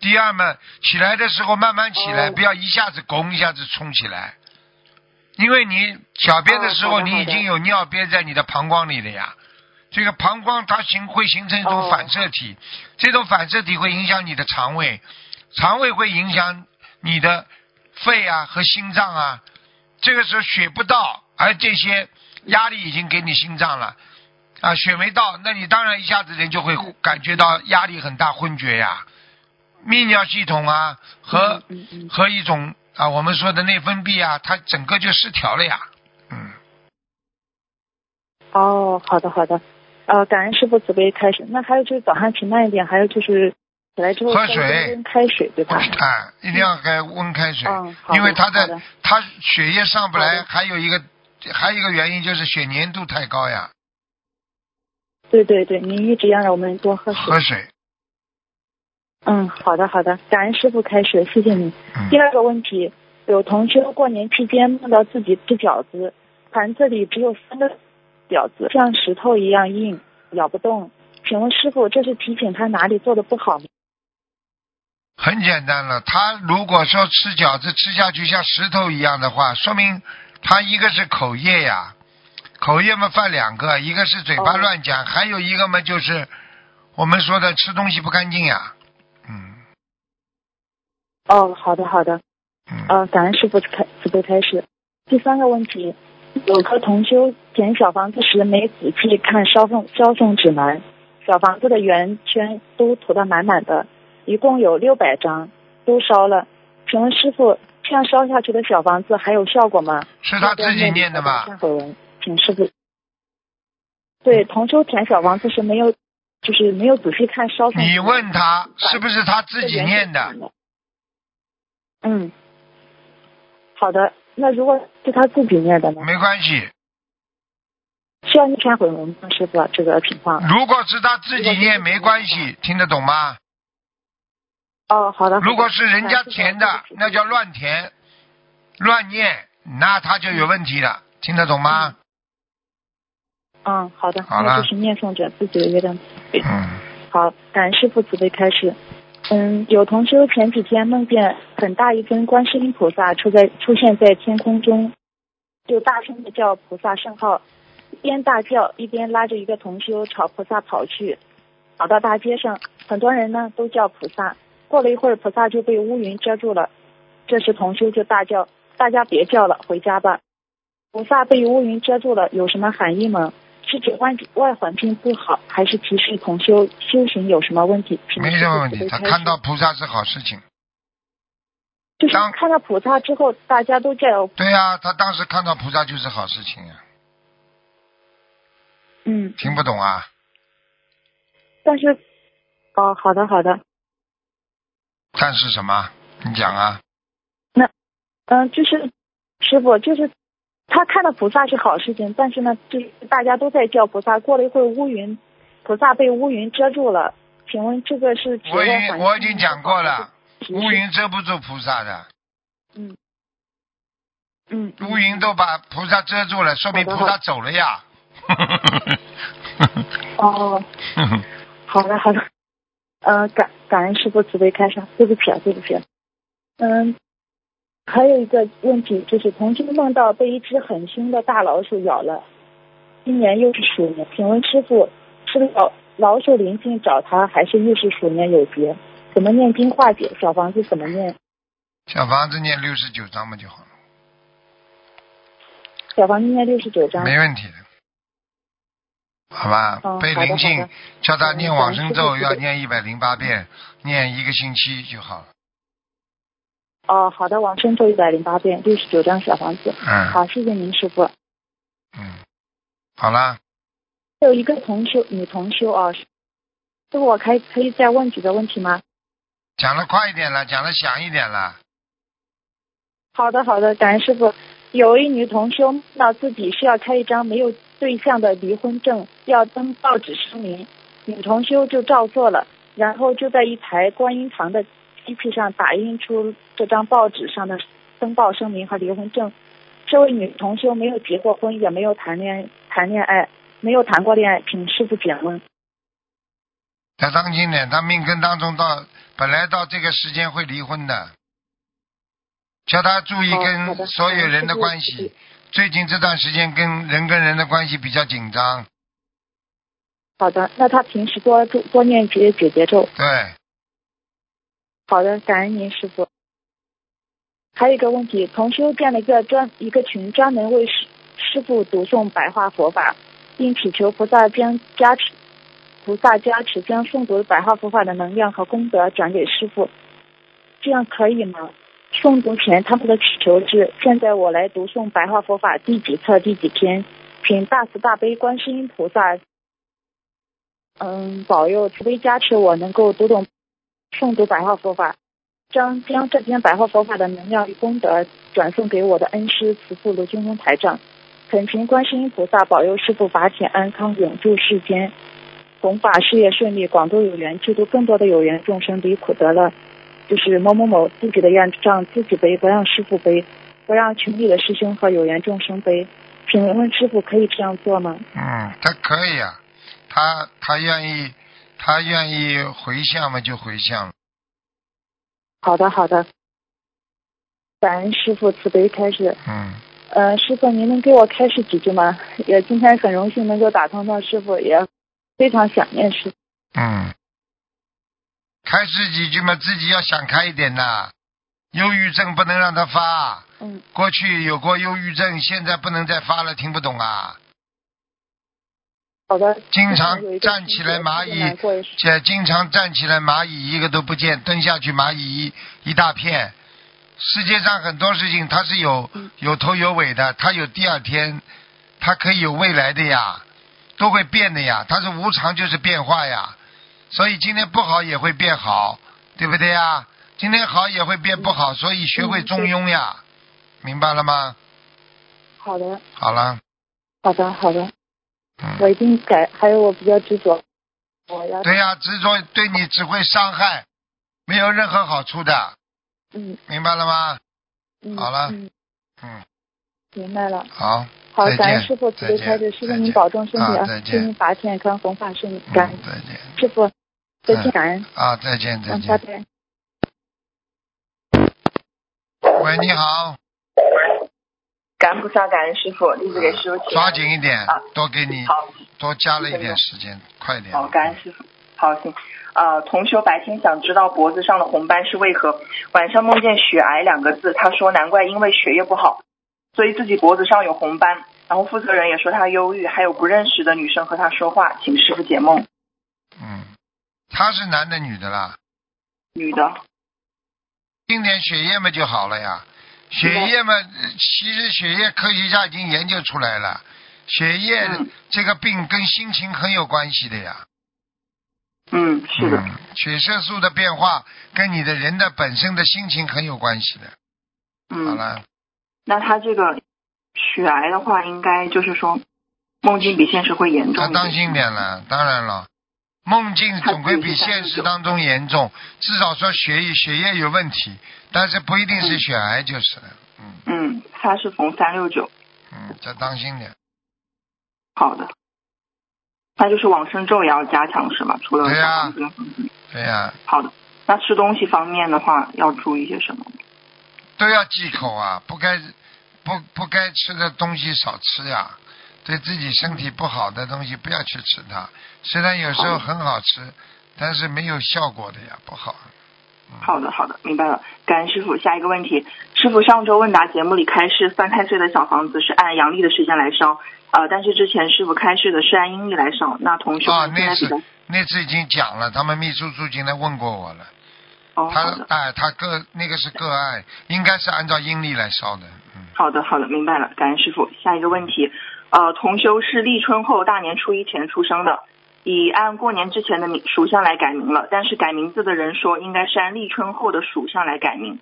[SPEAKER 2] 第二嘛，起来的时候慢慢起来，
[SPEAKER 4] 哦
[SPEAKER 2] 不要一下子拱，一下子冲起来，因为你小便的时候，
[SPEAKER 4] 哦好的
[SPEAKER 2] 你已经有尿憋在你的膀胱里了呀。这个膀胱它形会形成一种
[SPEAKER 4] 哦
[SPEAKER 2] 反射体，这种反射体会影响你的肠胃，肠胃会影响你的肺啊和心脏啊。这个时候血不到，而这些压力已经给你心脏了，啊，血没到，那你当然一下子人就会
[SPEAKER 4] 嗯
[SPEAKER 2] 感觉到压力很大，昏厥呀、泌尿系统啊和、
[SPEAKER 4] 嗯嗯
[SPEAKER 2] 和一种啊我们说的内分泌啊，它整个就失调了呀。嗯，
[SPEAKER 4] 哦，好的好的，呃，感恩师傅慈悲开始。那还有就是早上起慢一点，还有就是起来之后
[SPEAKER 2] 喝
[SPEAKER 4] 再
[SPEAKER 2] 水
[SPEAKER 4] 多温开水对吧？
[SPEAKER 2] 啊，一定要该温开水，
[SPEAKER 4] 嗯，好的
[SPEAKER 2] 因为它
[SPEAKER 4] 好
[SPEAKER 2] 的
[SPEAKER 4] 的
[SPEAKER 2] 它血液上不
[SPEAKER 4] 好
[SPEAKER 2] 来，
[SPEAKER 4] 的
[SPEAKER 2] 还有一个还有一个原因就是血粘度太高呀，
[SPEAKER 4] 对对对，您一直要让我们多喝水。
[SPEAKER 2] 喝水。
[SPEAKER 4] 嗯，好的好的，感恩师傅开始，谢谢您。第
[SPEAKER 2] 嗯，
[SPEAKER 4] 二个问题，有同修过年期间梦到自己吃饺子，盘子里只有三个饺子，像石头一样硬，咬不动。请问师傅，这是提醒他哪里做的不好吗？
[SPEAKER 2] 很简单了，他如果说吃饺子吃下去像石头一样的话，说明他一个是口业呀，口业嘛犯两个，一个是嘴巴
[SPEAKER 4] 哦
[SPEAKER 2] 乱讲，还有一个嘛就是我们说的吃东西不干净呀、嗯
[SPEAKER 4] 哦，好的好的，
[SPEAKER 2] 嗯。
[SPEAKER 4] 呃，感恩师傅开慈悲开始。第三个问题，有个同修捡小房子时没仔细看烧送烧送指南，小房子的圆圈都涂得满满的，一共有六百张，都烧了。请问师傅，这样烧下去的小房子还有效果吗？
[SPEAKER 2] 是他自己念的吧？
[SPEAKER 4] 忏悔文，请师傅。对，同修填小房子是没有，就是没有仔细看烧送指南。
[SPEAKER 2] 你问他是不是他自己念的？。
[SPEAKER 4] 嗯，好的。那如果是他自己念的呢？
[SPEAKER 2] 没关系，
[SPEAKER 4] 需要念忏悔文吗，师傅？这个情况。
[SPEAKER 2] 如果是他自己念没关系，听得懂吗？
[SPEAKER 4] 哦，好的。好的
[SPEAKER 2] 如果啊是人家填的，那叫。乱填、乱念，那他就有问题了，听得懂吗？
[SPEAKER 4] 嗯，好的。
[SPEAKER 2] 好了
[SPEAKER 4] 那就是念诵者自己的业障。
[SPEAKER 2] 嗯，
[SPEAKER 4] 好，感恩师傅慈悲开始。嗯，有同修前几天梦见很大一尊观世音菩萨出在出现在天空中，就大声的叫菩萨圣号，一边大叫一边拉着一个同修朝菩萨跑去，跑到大街上，很多人呢都叫菩萨。过了一会儿，菩萨就被乌云遮住了。这时同修就大叫：“大家别叫了，回家吧！”菩萨被乌云遮住了，有什么含义吗？是指外外环境不好，还是提示同修修行有什么问题？请
[SPEAKER 2] 没什么问
[SPEAKER 4] 师
[SPEAKER 2] 题。
[SPEAKER 4] 父
[SPEAKER 2] 他
[SPEAKER 4] 慈悲开
[SPEAKER 2] 看
[SPEAKER 4] 示
[SPEAKER 2] 到菩萨是好事情，
[SPEAKER 4] 就是
[SPEAKER 2] 当
[SPEAKER 4] 看到菩萨之后，大家都叫
[SPEAKER 2] 对呀、他当时看到菩萨就是好事情呀、啊
[SPEAKER 4] 嗯，
[SPEAKER 2] 听不懂啊？
[SPEAKER 4] 但是哦，好的好的，
[SPEAKER 2] 但是什么？你讲啊？
[SPEAKER 4] 嗯，就是师傅就是他看到菩萨是好事情，但是呢，就是大家都在叫菩萨，过了一会儿乌云，菩萨被乌云遮住了。请问这个是指
[SPEAKER 2] 我已
[SPEAKER 4] 外
[SPEAKER 2] 经
[SPEAKER 4] 环
[SPEAKER 2] 我已
[SPEAKER 4] 境
[SPEAKER 2] 经
[SPEAKER 4] 不
[SPEAKER 2] 讲
[SPEAKER 4] 好
[SPEAKER 2] 过
[SPEAKER 4] 还是
[SPEAKER 2] 了，
[SPEAKER 4] 提
[SPEAKER 2] 乌
[SPEAKER 4] 示
[SPEAKER 2] 云遮不住菩萨的，
[SPEAKER 4] 嗯
[SPEAKER 2] 乌云都把菩萨遮住了，说明
[SPEAKER 4] 好的
[SPEAKER 2] 菩萨走了呀。 [LAUGHS]
[SPEAKER 4] 哦，好的好的，呃，感感恩师傅慈悲开示，对不起啊，对不起啊、嗯，还有一个问题就是，同修梦到被一只很凶的大老鼠咬了，今年又是鼠年，请问师傅是老老鼠临近找他，还是又是鼠年有劫？怎么念经化解？小房子怎么念？
[SPEAKER 2] 小房子念六十九章嘛就好了，
[SPEAKER 4] 小房子念六十九章。
[SPEAKER 2] 没问题的，好吧？
[SPEAKER 4] 嗯
[SPEAKER 2] 被
[SPEAKER 4] 好的
[SPEAKER 2] 灵
[SPEAKER 4] 好
[SPEAKER 2] 性
[SPEAKER 4] 的
[SPEAKER 2] 叫他念往生咒，
[SPEAKER 4] 嗯
[SPEAKER 2] 要念一百零八遍，念一个星期就好了。
[SPEAKER 4] 哦，好的，往生咒一百零八遍，六十九章小房子。
[SPEAKER 2] 嗯
[SPEAKER 4] 好，谢谢您师傅。
[SPEAKER 2] 嗯，好啦，
[SPEAKER 4] 还有一个同修，女同修啊，师傅，我可以可以再问几个问题吗？
[SPEAKER 2] 讲的快一点了，讲的响一点了。
[SPEAKER 4] 好的，好的，感恩师傅。有一女同修梦到自己需要开一张没有对象的离婚证，要登报纸声明，女同修就照做了，然后就在一台观音堂的机器上打印出这张报纸上的登报声明和离婚证。这位女同修没有结过婚，也没有谈恋谈恋爱，没有谈过恋爱，请师傅解问。
[SPEAKER 2] 要当心点，他命根当中到本来到这个时间会离婚的，叫他注意
[SPEAKER 4] 哦好的嗯
[SPEAKER 2] 跟所有人的关
[SPEAKER 4] 好的谢
[SPEAKER 2] 系
[SPEAKER 4] 谢。
[SPEAKER 2] 最近这段时间跟人跟人的关系比较紧张，
[SPEAKER 4] 好的，那她平时多多多念几个解结咒。
[SPEAKER 2] 对，
[SPEAKER 4] 好的，感恩您师傅。还有一个问题，同修建了一个专一个群，专门为师师傅读诵白话佛法，并祈求菩萨将加持，菩萨加持将诵读白话佛法的能量和功德转给师傅，这样可以吗？诵读前他们的祈求是：现在我来读诵白话佛法第几册第几篇，请大慈大悲观世音菩萨，嗯，保佑慈悲加持我能够读懂诵读白话佛法，将将这篇白话佛法的能量与功德转送给我的恩师慈父卢军中台长，恳请观世音菩萨保佑师父法体安康，永驻世间，弘法事业顺利，广度有缘，救度更多的有缘众生离苦得乐。就是某某某自己的业障自己背，不让师傅背，不让群里的师兄和有缘众生背。请问师傅可以这样做吗？
[SPEAKER 2] 嗯，他可以啊，他他愿意，他愿意回向嘛就回向，
[SPEAKER 4] 好的，好的。感恩师傅慈悲开示。
[SPEAKER 2] 嗯，
[SPEAKER 4] 呃，师傅，您能给我开示几句吗？也今天很荣幸能够打通到师傅，也非常想念师傅。
[SPEAKER 2] 嗯，开始几句嘛，自己要想开一点呐。忧郁症不能让它发，
[SPEAKER 4] 嗯，
[SPEAKER 2] 过去有过忧郁症，现在不能再发了，听不懂啊？
[SPEAKER 4] 好的。
[SPEAKER 2] 经常
[SPEAKER 4] 有一个
[SPEAKER 2] 站起来蚂蚁
[SPEAKER 4] 同学特别难过也是
[SPEAKER 2] 这经常站起来，蚂蚁一个都不见，蹲下去蚂蚁一一大片。世界上很多事情它是有有头有尾的，它有第二天，它可以有未来的呀，都会变的呀，它是无常就是变化呀。所以今天不好也会变好，对不对呀？今天好也会变不好，所以学会中庸呀，明白了吗？
[SPEAKER 4] 好的，
[SPEAKER 2] 好了，
[SPEAKER 4] 好的，好的，我
[SPEAKER 2] 嗯，
[SPEAKER 4] 一定改。还有我比较执着，我要
[SPEAKER 2] 对呀，执着对你只会伤害，没有任何好处的，
[SPEAKER 4] 嗯
[SPEAKER 2] 明白了吗？
[SPEAKER 4] 嗯
[SPEAKER 2] 好了
[SPEAKER 4] 嗯，
[SPEAKER 2] 嗯，
[SPEAKER 4] 明白了。
[SPEAKER 2] 好，
[SPEAKER 4] 好
[SPEAKER 2] 再，见
[SPEAKER 4] 感恩师傅慈悲
[SPEAKER 2] 再见
[SPEAKER 4] 开示，师傅
[SPEAKER 2] 再
[SPEAKER 4] 您
[SPEAKER 2] 见
[SPEAKER 4] 保重身体
[SPEAKER 2] 啊
[SPEAKER 4] 啊
[SPEAKER 2] 再，见
[SPEAKER 4] 祝您法体安康，弘法顺利。
[SPEAKER 2] 嗯
[SPEAKER 4] 感恩
[SPEAKER 2] 再见
[SPEAKER 4] 师傅，再
[SPEAKER 2] 嗯
[SPEAKER 4] 见，感恩，
[SPEAKER 2] 啊，再见，再
[SPEAKER 4] 嗯，
[SPEAKER 2] 见
[SPEAKER 4] 拜。拜。
[SPEAKER 2] 喂，你好，
[SPEAKER 5] 感恩菩萨，感恩师傅，弟子给师傅请
[SPEAKER 2] 嗯抓紧一点嗯
[SPEAKER 5] 啊，
[SPEAKER 2] 多给你
[SPEAKER 5] 好，
[SPEAKER 2] 多加了一点时间，快点。
[SPEAKER 5] 好，感恩师傅，好行。呃，同修白天想知道脖子上的红斑是为何，晚上梦见“血癌”两个字，他说难怪因为血液不好，所以自己脖子上有红斑。然后负责人也说他忧郁，还有不认识的女生和他说话，请师傅解梦。
[SPEAKER 2] 嗯，他是男的女的啦？
[SPEAKER 5] 女的，
[SPEAKER 2] 经典血液嘛就好了呀。血液嘛，呃其实血液科学家已经研究出来了，血液
[SPEAKER 5] 嗯
[SPEAKER 2] 这个病跟心情很有关系的呀。
[SPEAKER 5] 嗯，是的，
[SPEAKER 2] 嗯，血色素的变化跟你的人的本身的心情很有关系的。好
[SPEAKER 5] 嗯，
[SPEAKER 2] 了，
[SPEAKER 5] 那他这个血癌的话，应该就是说梦境比现实会严重
[SPEAKER 2] 他
[SPEAKER 5] 一点。
[SPEAKER 2] 当心点了，当然了，梦境总归比现实当中严重，至少说血液血液有问题，但是不一定是血癌就是了。嗯
[SPEAKER 5] 嗯，他是逢三六九。
[SPEAKER 2] 嗯，再当心点。
[SPEAKER 5] 好的，那就是往生咒也要加强是吧？除了
[SPEAKER 2] 对呀
[SPEAKER 5] 小房子嗯
[SPEAKER 2] 对呀、
[SPEAKER 5] 好的，那吃东西方面的话要注意些什么？
[SPEAKER 2] 都要忌口啊，不该不不该吃的东西少吃呀、对自己身体不好的东西不要去吃它。虽然有时候
[SPEAKER 5] 好
[SPEAKER 2] 很好吃，但是没有效果的呀，不好。嗯
[SPEAKER 5] 好的，好的，明白了。感恩师傅。下一个问题，师傅上周问答节目里开示，三太岁的小房子是按阳历的时间来烧，呃，但是之前师傅开示的是按阴历来烧。那同学
[SPEAKER 2] 啊，
[SPEAKER 5] 们现
[SPEAKER 2] 那
[SPEAKER 5] 在比较
[SPEAKER 2] 次那次已经讲了，他们秘书处进来问过我了。
[SPEAKER 5] 哦，好
[SPEAKER 2] 他
[SPEAKER 5] 的，
[SPEAKER 2] 哎，他个那个是个案，应该是按照阴历来烧的。嗯，
[SPEAKER 5] 好的，好的，明白了。感恩师傅。下一个问题，呃，同修是立春后大年初一前出生的，已按过年之前的名属相来改名了，但是改名字的人说应该是按立春后的属相来改名。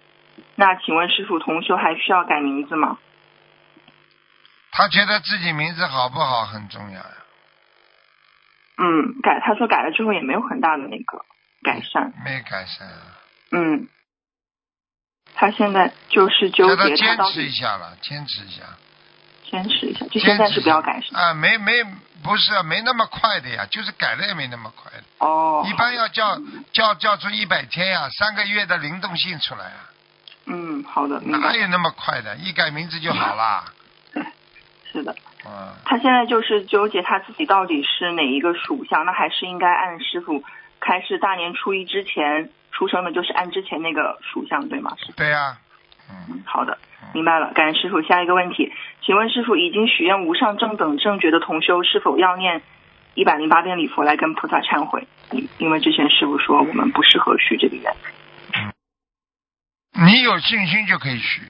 [SPEAKER 5] 那请问师傅，同修还需要改名字吗？
[SPEAKER 2] 他觉得自己名字好不好很重要呀。
[SPEAKER 5] 嗯，改，他说改了之后也没有很大的那个改善。
[SPEAKER 2] 没改善啊，
[SPEAKER 5] 嗯，他现在就是纠
[SPEAKER 2] 叫他
[SPEAKER 5] 结，他
[SPEAKER 2] 坚
[SPEAKER 5] 到
[SPEAKER 2] 持一
[SPEAKER 5] 底
[SPEAKER 2] 下了，坚持一下。
[SPEAKER 5] 坚持一下，
[SPEAKER 2] 坚
[SPEAKER 5] 就
[SPEAKER 2] 持
[SPEAKER 5] 现在是
[SPEAKER 2] 一
[SPEAKER 5] 不要
[SPEAKER 2] 下
[SPEAKER 5] 改善。
[SPEAKER 2] 啊，没没，不是啊没那么快的呀，就是改了也没那么快的，
[SPEAKER 5] 哦，
[SPEAKER 2] 一般要叫叫叫出一百天呀、三个月的灵动性出来啊，
[SPEAKER 5] 嗯，好的，明
[SPEAKER 2] 哪
[SPEAKER 5] 白，
[SPEAKER 2] 有那么快的？一改名字就好啦，
[SPEAKER 5] 是的。
[SPEAKER 2] 嗯，
[SPEAKER 5] 他现在就是纠结他自己到底是哪一个属相，那还是应该按师傅开始大年初一之前出生的，就是按之前那个属相，对吗？师
[SPEAKER 2] 对呀、嗯，
[SPEAKER 5] 傅好的，明白了，感恩师傅。下一个问题，请问师傅，已经许愿无上正等正觉的同修，是否要念一百零八遍礼佛来跟菩萨忏悔？因因为之前师傅说我们不适合许这个愿。
[SPEAKER 2] 你有信心就可以许，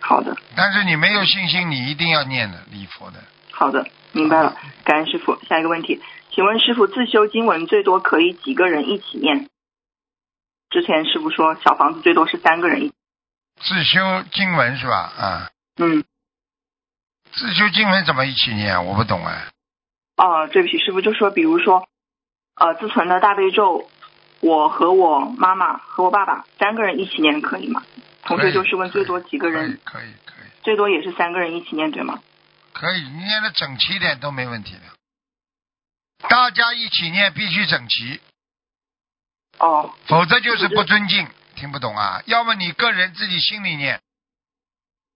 [SPEAKER 5] 好的，
[SPEAKER 2] 但是你没有信心，你一定要念的礼佛的，
[SPEAKER 5] 好的，明白了，感恩师傅。下一个问题，请问师傅，自修经文最多可以几个人一起念？之前师傅说小房子最多是三个人一起，
[SPEAKER 2] 自修经文是吧？啊，
[SPEAKER 5] 嗯，
[SPEAKER 2] 自修经文怎么一起念啊？我不懂啊。
[SPEAKER 5] 哦、对不起，师傅就说，比如说，呃，自存的大悲咒，我和我妈妈和我爸爸三个人一起念可以吗？同
[SPEAKER 2] 可
[SPEAKER 5] 学
[SPEAKER 2] 以
[SPEAKER 5] 就是问最多几个人，
[SPEAKER 2] 可以可以可以
[SPEAKER 5] 最多也是三个人一起念对吗？
[SPEAKER 2] 可以，你念的整齐一点都没问题的。大家一起念必须整齐，
[SPEAKER 5] 哦，
[SPEAKER 2] 否则就是不尊敬。听不懂啊？要么你个人自己心里念，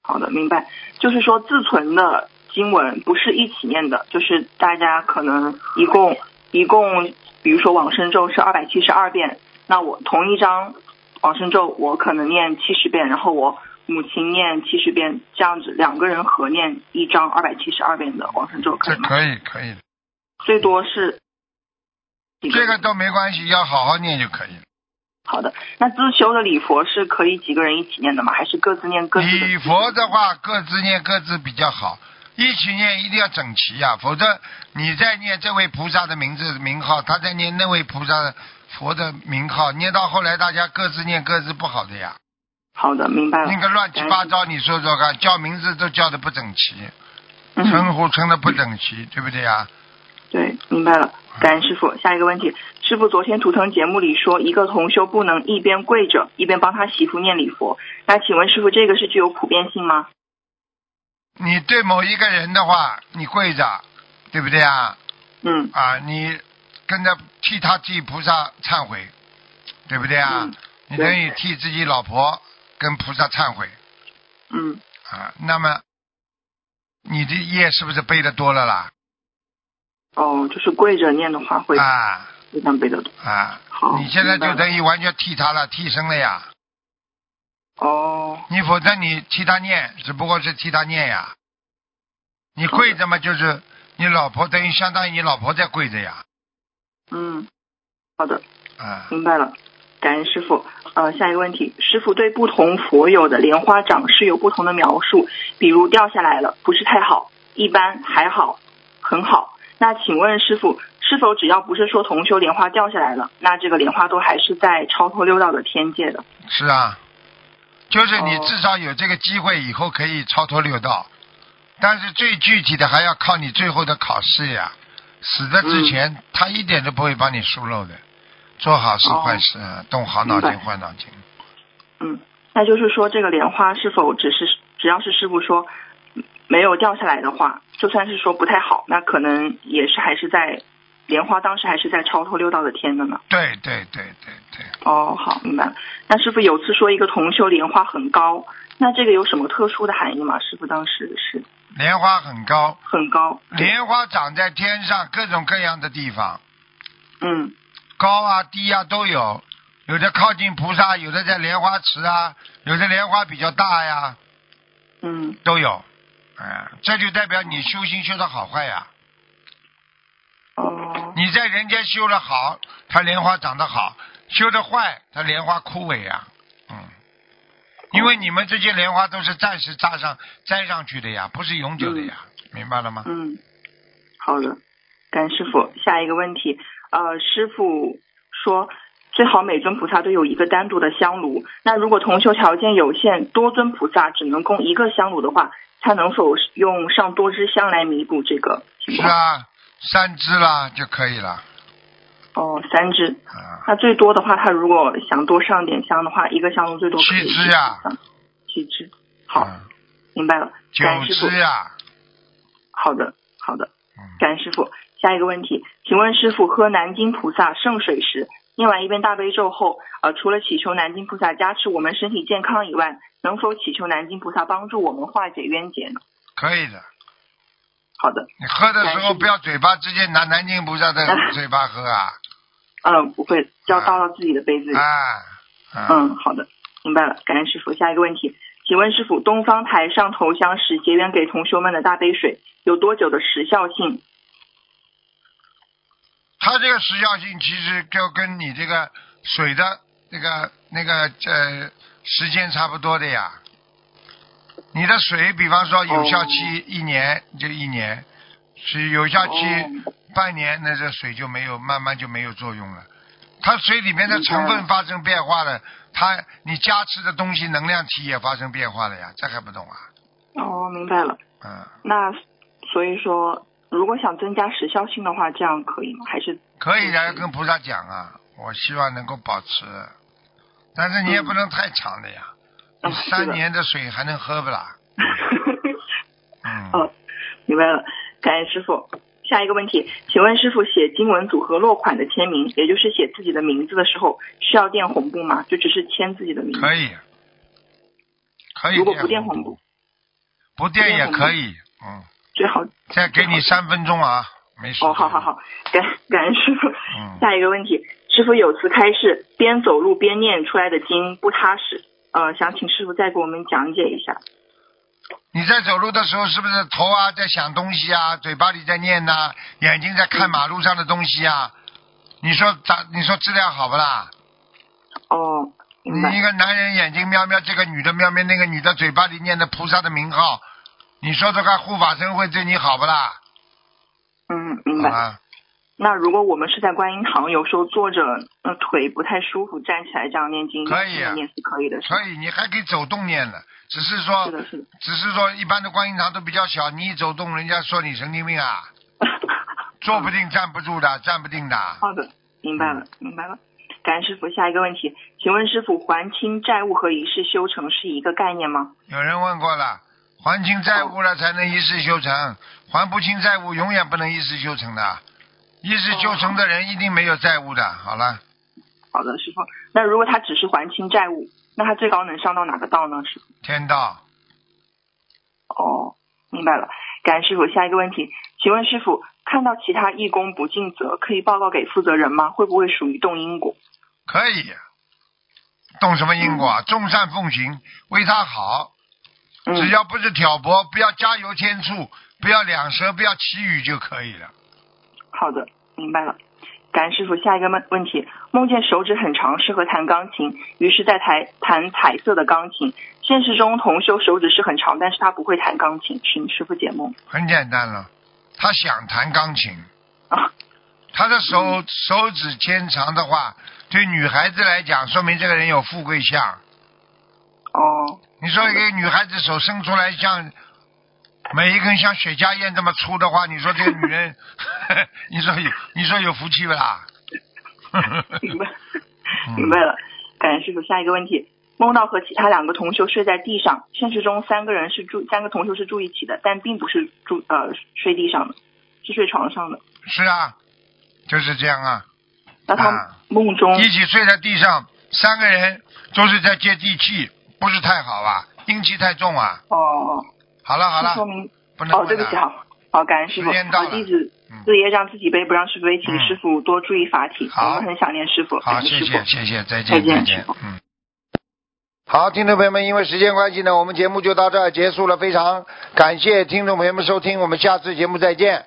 [SPEAKER 5] 好的，明白。就是说自存的经文不是一起念的，就是大家可能一共一共，比如说往生咒是二百七十二遍，那我同一张往生咒我可能念七十遍，然后我母亲念七十遍，这样子两个人合念一张二百七十二遍的往生咒可
[SPEAKER 2] 这
[SPEAKER 5] 以吗？
[SPEAKER 2] 可以可以的，
[SPEAKER 5] 最多是几
[SPEAKER 2] 这个都没关系，要好好念就可以了。
[SPEAKER 5] 好的，那自修的礼佛是可以几个人一起念的吗？还是各自念各自的？
[SPEAKER 2] 礼佛的话，各自念各自比较好，一起念一定要整齐呀、否则你在念这位菩萨的名字名号，他在念那位菩萨的佛的名号，念到后来大家各自念各自不好的呀，
[SPEAKER 5] 好的，明白了。
[SPEAKER 2] 那个乱七八
[SPEAKER 5] 感恩。
[SPEAKER 2] 糟，你说说看，叫名字都叫的不整齐，
[SPEAKER 5] 嗯，
[SPEAKER 2] 称呼称的不整齐，对不对呀？
[SPEAKER 5] 对，明白了。感恩师傅。下一个问题，师傅昨天图腾节目里说，一个同修不能一边跪着一边帮他媳妇念礼佛，那请问师傅这个是具有普遍性吗？
[SPEAKER 2] 你对某一个人的话，你跪着，对不对啊？
[SPEAKER 5] 嗯
[SPEAKER 2] 啊，你跟着替他替菩萨忏悔，对不对啊？
[SPEAKER 5] 嗯
[SPEAKER 2] 你
[SPEAKER 5] 对
[SPEAKER 2] 等于替自己老婆跟菩萨忏悔
[SPEAKER 5] 嗯，
[SPEAKER 2] 啊。那么你的业是不是背的多了啦？
[SPEAKER 5] 哦，就是跪着念的话会
[SPEAKER 2] 啊
[SPEAKER 5] 非常背得多。
[SPEAKER 2] 啊！
[SPEAKER 5] 好，
[SPEAKER 2] 你现在
[SPEAKER 5] 明白
[SPEAKER 2] 就
[SPEAKER 5] 了
[SPEAKER 2] 等于完全替他了，替身了呀。
[SPEAKER 5] 哦，
[SPEAKER 2] 你否则你替他念，只不过是替他念呀。你跪着嘛，就是你老婆等于相当于你老婆在跪着呀。
[SPEAKER 5] 嗯，好的。
[SPEAKER 2] 啊，
[SPEAKER 5] 明白了，感恩师傅。呃，下一个问题，师傅对不同佛友的莲花掌是有不同的描述，比如掉下来了，不是太好，一般，还好，很好。那请问师傅，是否只要不是说同修莲花掉下来了，那这个莲花都还是在超脱六道的天界的？
[SPEAKER 2] 是啊，就是你
[SPEAKER 5] 哦
[SPEAKER 2] 至少有这个机会，以后可以超脱六道。但是最具体的还要靠你最后的考试呀。死的之前，
[SPEAKER 5] 嗯
[SPEAKER 2] 他一点都不会帮你疏漏的。做好事
[SPEAKER 5] 哦
[SPEAKER 2] 坏事，呃动好脑筋
[SPEAKER 5] 明白
[SPEAKER 2] 坏脑筋。
[SPEAKER 5] 嗯，那就是说这个莲花是否只是只要是师傅说嗯没有掉下来的话，就算是说不太好，那可能也是还是在莲花当时还是在超脱六道的天的呢？
[SPEAKER 2] 对对对对对，
[SPEAKER 5] 哦，好，明白了。那师傅有次说一个同修莲花很高，那这个有什么特殊的含义吗？师傅当时是
[SPEAKER 2] 莲花很高，
[SPEAKER 5] 很高，
[SPEAKER 2] 莲花长在天上各种各样的地方。
[SPEAKER 5] 嗯
[SPEAKER 2] 高啊、低啊都有，有的靠近菩萨，有的在莲花池啊，有的莲花比较大呀，
[SPEAKER 5] 嗯，
[SPEAKER 2] 都有。嗯，这就代表你修行修的好坏呀、
[SPEAKER 5] 哦，
[SPEAKER 2] 你在人间修的好，它莲花长得好；修的坏，它莲花枯萎呀、嗯，因为你们这些莲花都是暂时扎上、栽上去的呀，不是永久的呀，明白了吗？
[SPEAKER 5] 嗯，好的，感恩师傅。下一个问题，呃，师傅说最好每尊菩萨都有一个单独的香炉。那如果同修条件有限，多尊菩萨只能供一个香炉的话，他能否用上多支香来弥补这个情
[SPEAKER 2] 是
[SPEAKER 5] 况？
[SPEAKER 2] 啊，三支啦就可以了
[SPEAKER 5] 哦，三支。
[SPEAKER 2] 啊。
[SPEAKER 5] 那最多的话，他如果想多上点香的话，一个香炉最多可以
[SPEAKER 2] 七支呀
[SPEAKER 5] 上七支。好，
[SPEAKER 2] 嗯
[SPEAKER 5] 明白了，感恩
[SPEAKER 2] 九
[SPEAKER 5] 师傅
[SPEAKER 2] 支。呀、
[SPEAKER 5] 好的，好的，
[SPEAKER 2] 嗯
[SPEAKER 5] 感恩师傅。下一个问题，请问师傅喝南京菩萨圣水时，念完一遍大悲咒后，呃，除了祈求南京菩萨加持我们身体健康以外，能否祈求南京菩萨帮助我们化解冤结呢？
[SPEAKER 2] 可以的。
[SPEAKER 5] 好的，
[SPEAKER 2] 你喝的时
[SPEAKER 5] 感
[SPEAKER 2] 候
[SPEAKER 5] 谢
[SPEAKER 2] 不要嘴巴直接拿南京菩萨的嘴巴喝啊！
[SPEAKER 5] 嗯、不会，就要倒到自己的杯子里。
[SPEAKER 2] 啊，
[SPEAKER 5] 嗯，好的，明白了，感恩师傅。下一个问题，请问师傅，东方台上头香时结缘给同修们的大杯水有多久的时效性？
[SPEAKER 2] 它这个时效性其实就跟你这个水的那个那个呃时间差不多的呀。你的水，比方说有效期一年就一年，是有效期
[SPEAKER 5] 哦
[SPEAKER 2] 半年，那这水就没有，慢慢就没有作用了。它水里面的
[SPEAKER 5] 明白
[SPEAKER 2] 成分
[SPEAKER 5] 了
[SPEAKER 2] 发生变化了，它你加持的东西能量体也发生变化了呀，这还不懂啊？
[SPEAKER 5] 哦，明白了。
[SPEAKER 2] 嗯，
[SPEAKER 5] 那所以说，如果想增加时效性的话，这样可以吗？还是 [LAUGHS]
[SPEAKER 2] 可以的，要跟菩萨讲啊，我希望能够保持，但是你也不能太长的呀，
[SPEAKER 5] 嗯
[SPEAKER 2] 你
[SPEAKER 5] 是的
[SPEAKER 2] 三年的水还能喝不啦？嗯，
[SPEAKER 5] 哦明白了？感恩师傅。下一个问题，请问师傅写经文组合落款的签名，也就是写自己的名字的时候，需要垫红布吗？就只是签自己的名字？
[SPEAKER 2] 可以，可以
[SPEAKER 5] 如
[SPEAKER 2] 这
[SPEAKER 5] 果
[SPEAKER 2] 样。
[SPEAKER 5] 不垫红布，
[SPEAKER 2] 不垫也可以，嗯，
[SPEAKER 5] 最好
[SPEAKER 2] 再给你三分钟啊，没事。
[SPEAKER 5] 哦，好好。好，感感恩师傅。
[SPEAKER 2] 嗯，
[SPEAKER 5] 下一个问题，师傅有次开示，边走路边念出来的经不踏实，呃，想请师傅再给我们讲解一下。
[SPEAKER 2] 你在走路的时候是不是头啊在想东西啊，嘴巴里在念呐、眼睛在
[SPEAKER 5] 嗯
[SPEAKER 2] 看马路上的东西啊？你说咋？你说质量好不啦？
[SPEAKER 5] 哦，明
[SPEAKER 2] 你一
[SPEAKER 5] 白。
[SPEAKER 2] 个男人眼睛瞄瞄这个女的瞄瞄那个女的，嘴巴里念的菩萨的名号，你说这个护法神会对你好不啦？
[SPEAKER 5] 嗯，明
[SPEAKER 2] 好啊
[SPEAKER 5] 白。
[SPEAKER 2] 吧，
[SPEAKER 5] 那如果我们是在观音堂，有时候坐着，呃，腿不太舒服，站起来这样念经，
[SPEAKER 2] 可以啊
[SPEAKER 5] 念是可以的。是吧
[SPEAKER 2] 所以你还可以走动念的，只是说
[SPEAKER 5] 是的，是的。 [LAUGHS]
[SPEAKER 2] 只是说一般的观音堂都比较小，你一走动，人家说你神经病啊，坐不定站不住的，
[SPEAKER 5] 嗯
[SPEAKER 2] 站不定的。
[SPEAKER 5] 好的，明白
[SPEAKER 2] 嗯
[SPEAKER 5] 了，明白了。感恩师傅，下一个问题，请问师傅，还清债务和一世修成是一个概念吗？
[SPEAKER 2] 有人问过了，还清债务了才能一世修成，还不清债务永远不能一世修成的。一世修成的人一定没有债务的。好了，
[SPEAKER 5] 好的，师傅。那如果他只是还清债务，那他最高能上到哪个道呢？师傅？
[SPEAKER 2] 天道，
[SPEAKER 5] 哦，明白了。感恩师傅，下一个问题，请问师傅，看到其他义工不尽责，可以报告给负责人吗？会不会属于动因果？
[SPEAKER 2] 可以，动什么因果啊？众善奉行，为他好，
[SPEAKER 5] 嗯，
[SPEAKER 2] 只要不是挑拨，不要加油添醋，不要两舌，不要绮语就可以了。
[SPEAKER 5] 好的，明白了。感恩师傅，下一个问问题，梦见手指很长，适合弹钢琴，于是在弹弹彩色的钢琴。现实中，同修手指是很长，但是他不会弹钢琴，请师傅解梦
[SPEAKER 2] 很简单了，他想弹钢琴，
[SPEAKER 5] 啊。
[SPEAKER 2] 他的手手指尖长的话，对女孩子来讲，说明这个人有富贵相。
[SPEAKER 5] 哦，
[SPEAKER 2] 你说一个女孩子手伸出来像每一根像雪茄烟这么粗的话，你说这个女人， [LAUGHS] 你说有你说有福气不啦？
[SPEAKER 5] [LAUGHS] 明白，
[SPEAKER 2] 嗯
[SPEAKER 5] 明白了。感恩师傅，下一个问题，梦到和其他两个同修睡在地上，现实中三个人是住，三个同修是住一起的，但并不是住呃睡地上的，是睡床上的。
[SPEAKER 2] 是啊，就是这样啊，
[SPEAKER 5] 那
[SPEAKER 2] 啊
[SPEAKER 5] 他梦中、
[SPEAKER 2] 一起睡在地上，三个人都是在接地气，不是太好啊，阴气太重啊。
[SPEAKER 5] 哦，
[SPEAKER 2] 好了好
[SPEAKER 5] 这说
[SPEAKER 2] 了，
[SPEAKER 5] 明
[SPEAKER 2] 不能
[SPEAKER 5] 哦，对
[SPEAKER 2] 问
[SPEAKER 5] 不起，
[SPEAKER 2] 了。
[SPEAKER 5] 好，好，感恩师
[SPEAKER 2] 时
[SPEAKER 5] 傅。
[SPEAKER 2] 间到
[SPEAKER 5] 好，
[SPEAKER 2] 了
[SPEAKER 5] 弟子
[SPEAKER 2] 嗯
[SPEAKER 5] 自己也让自己背，不让师傅背，请
[SPEAKER 2] 嗯
[SPEAKER 5] 师傅多注意法体。
[SPEAKER 2] 好
[SPEAKER 5] 我们很想念师傅，感
[SPEAKER 2] 好，
[SPEAKER 5] 恩
[SPEAKER 2] 谢
[SPEAKER 5] 师傅。
[SPEAKER 2] 谢谢谢，再
[SPEAKER 5] 再
[SPEAKER 2] 见
[SPEAKER 5] 见
[SPEAKER 2] 再
[SPEAKER 5] 师
[SPEAKER 2] 见
[SPEAKER 5] 傅，
[SPEAKER 2] 嗯。好，听众朋友们，因为时间关系呢，我们节目就到这儿结束了。非常感谢听众朋友们收听，我们下次节目再见。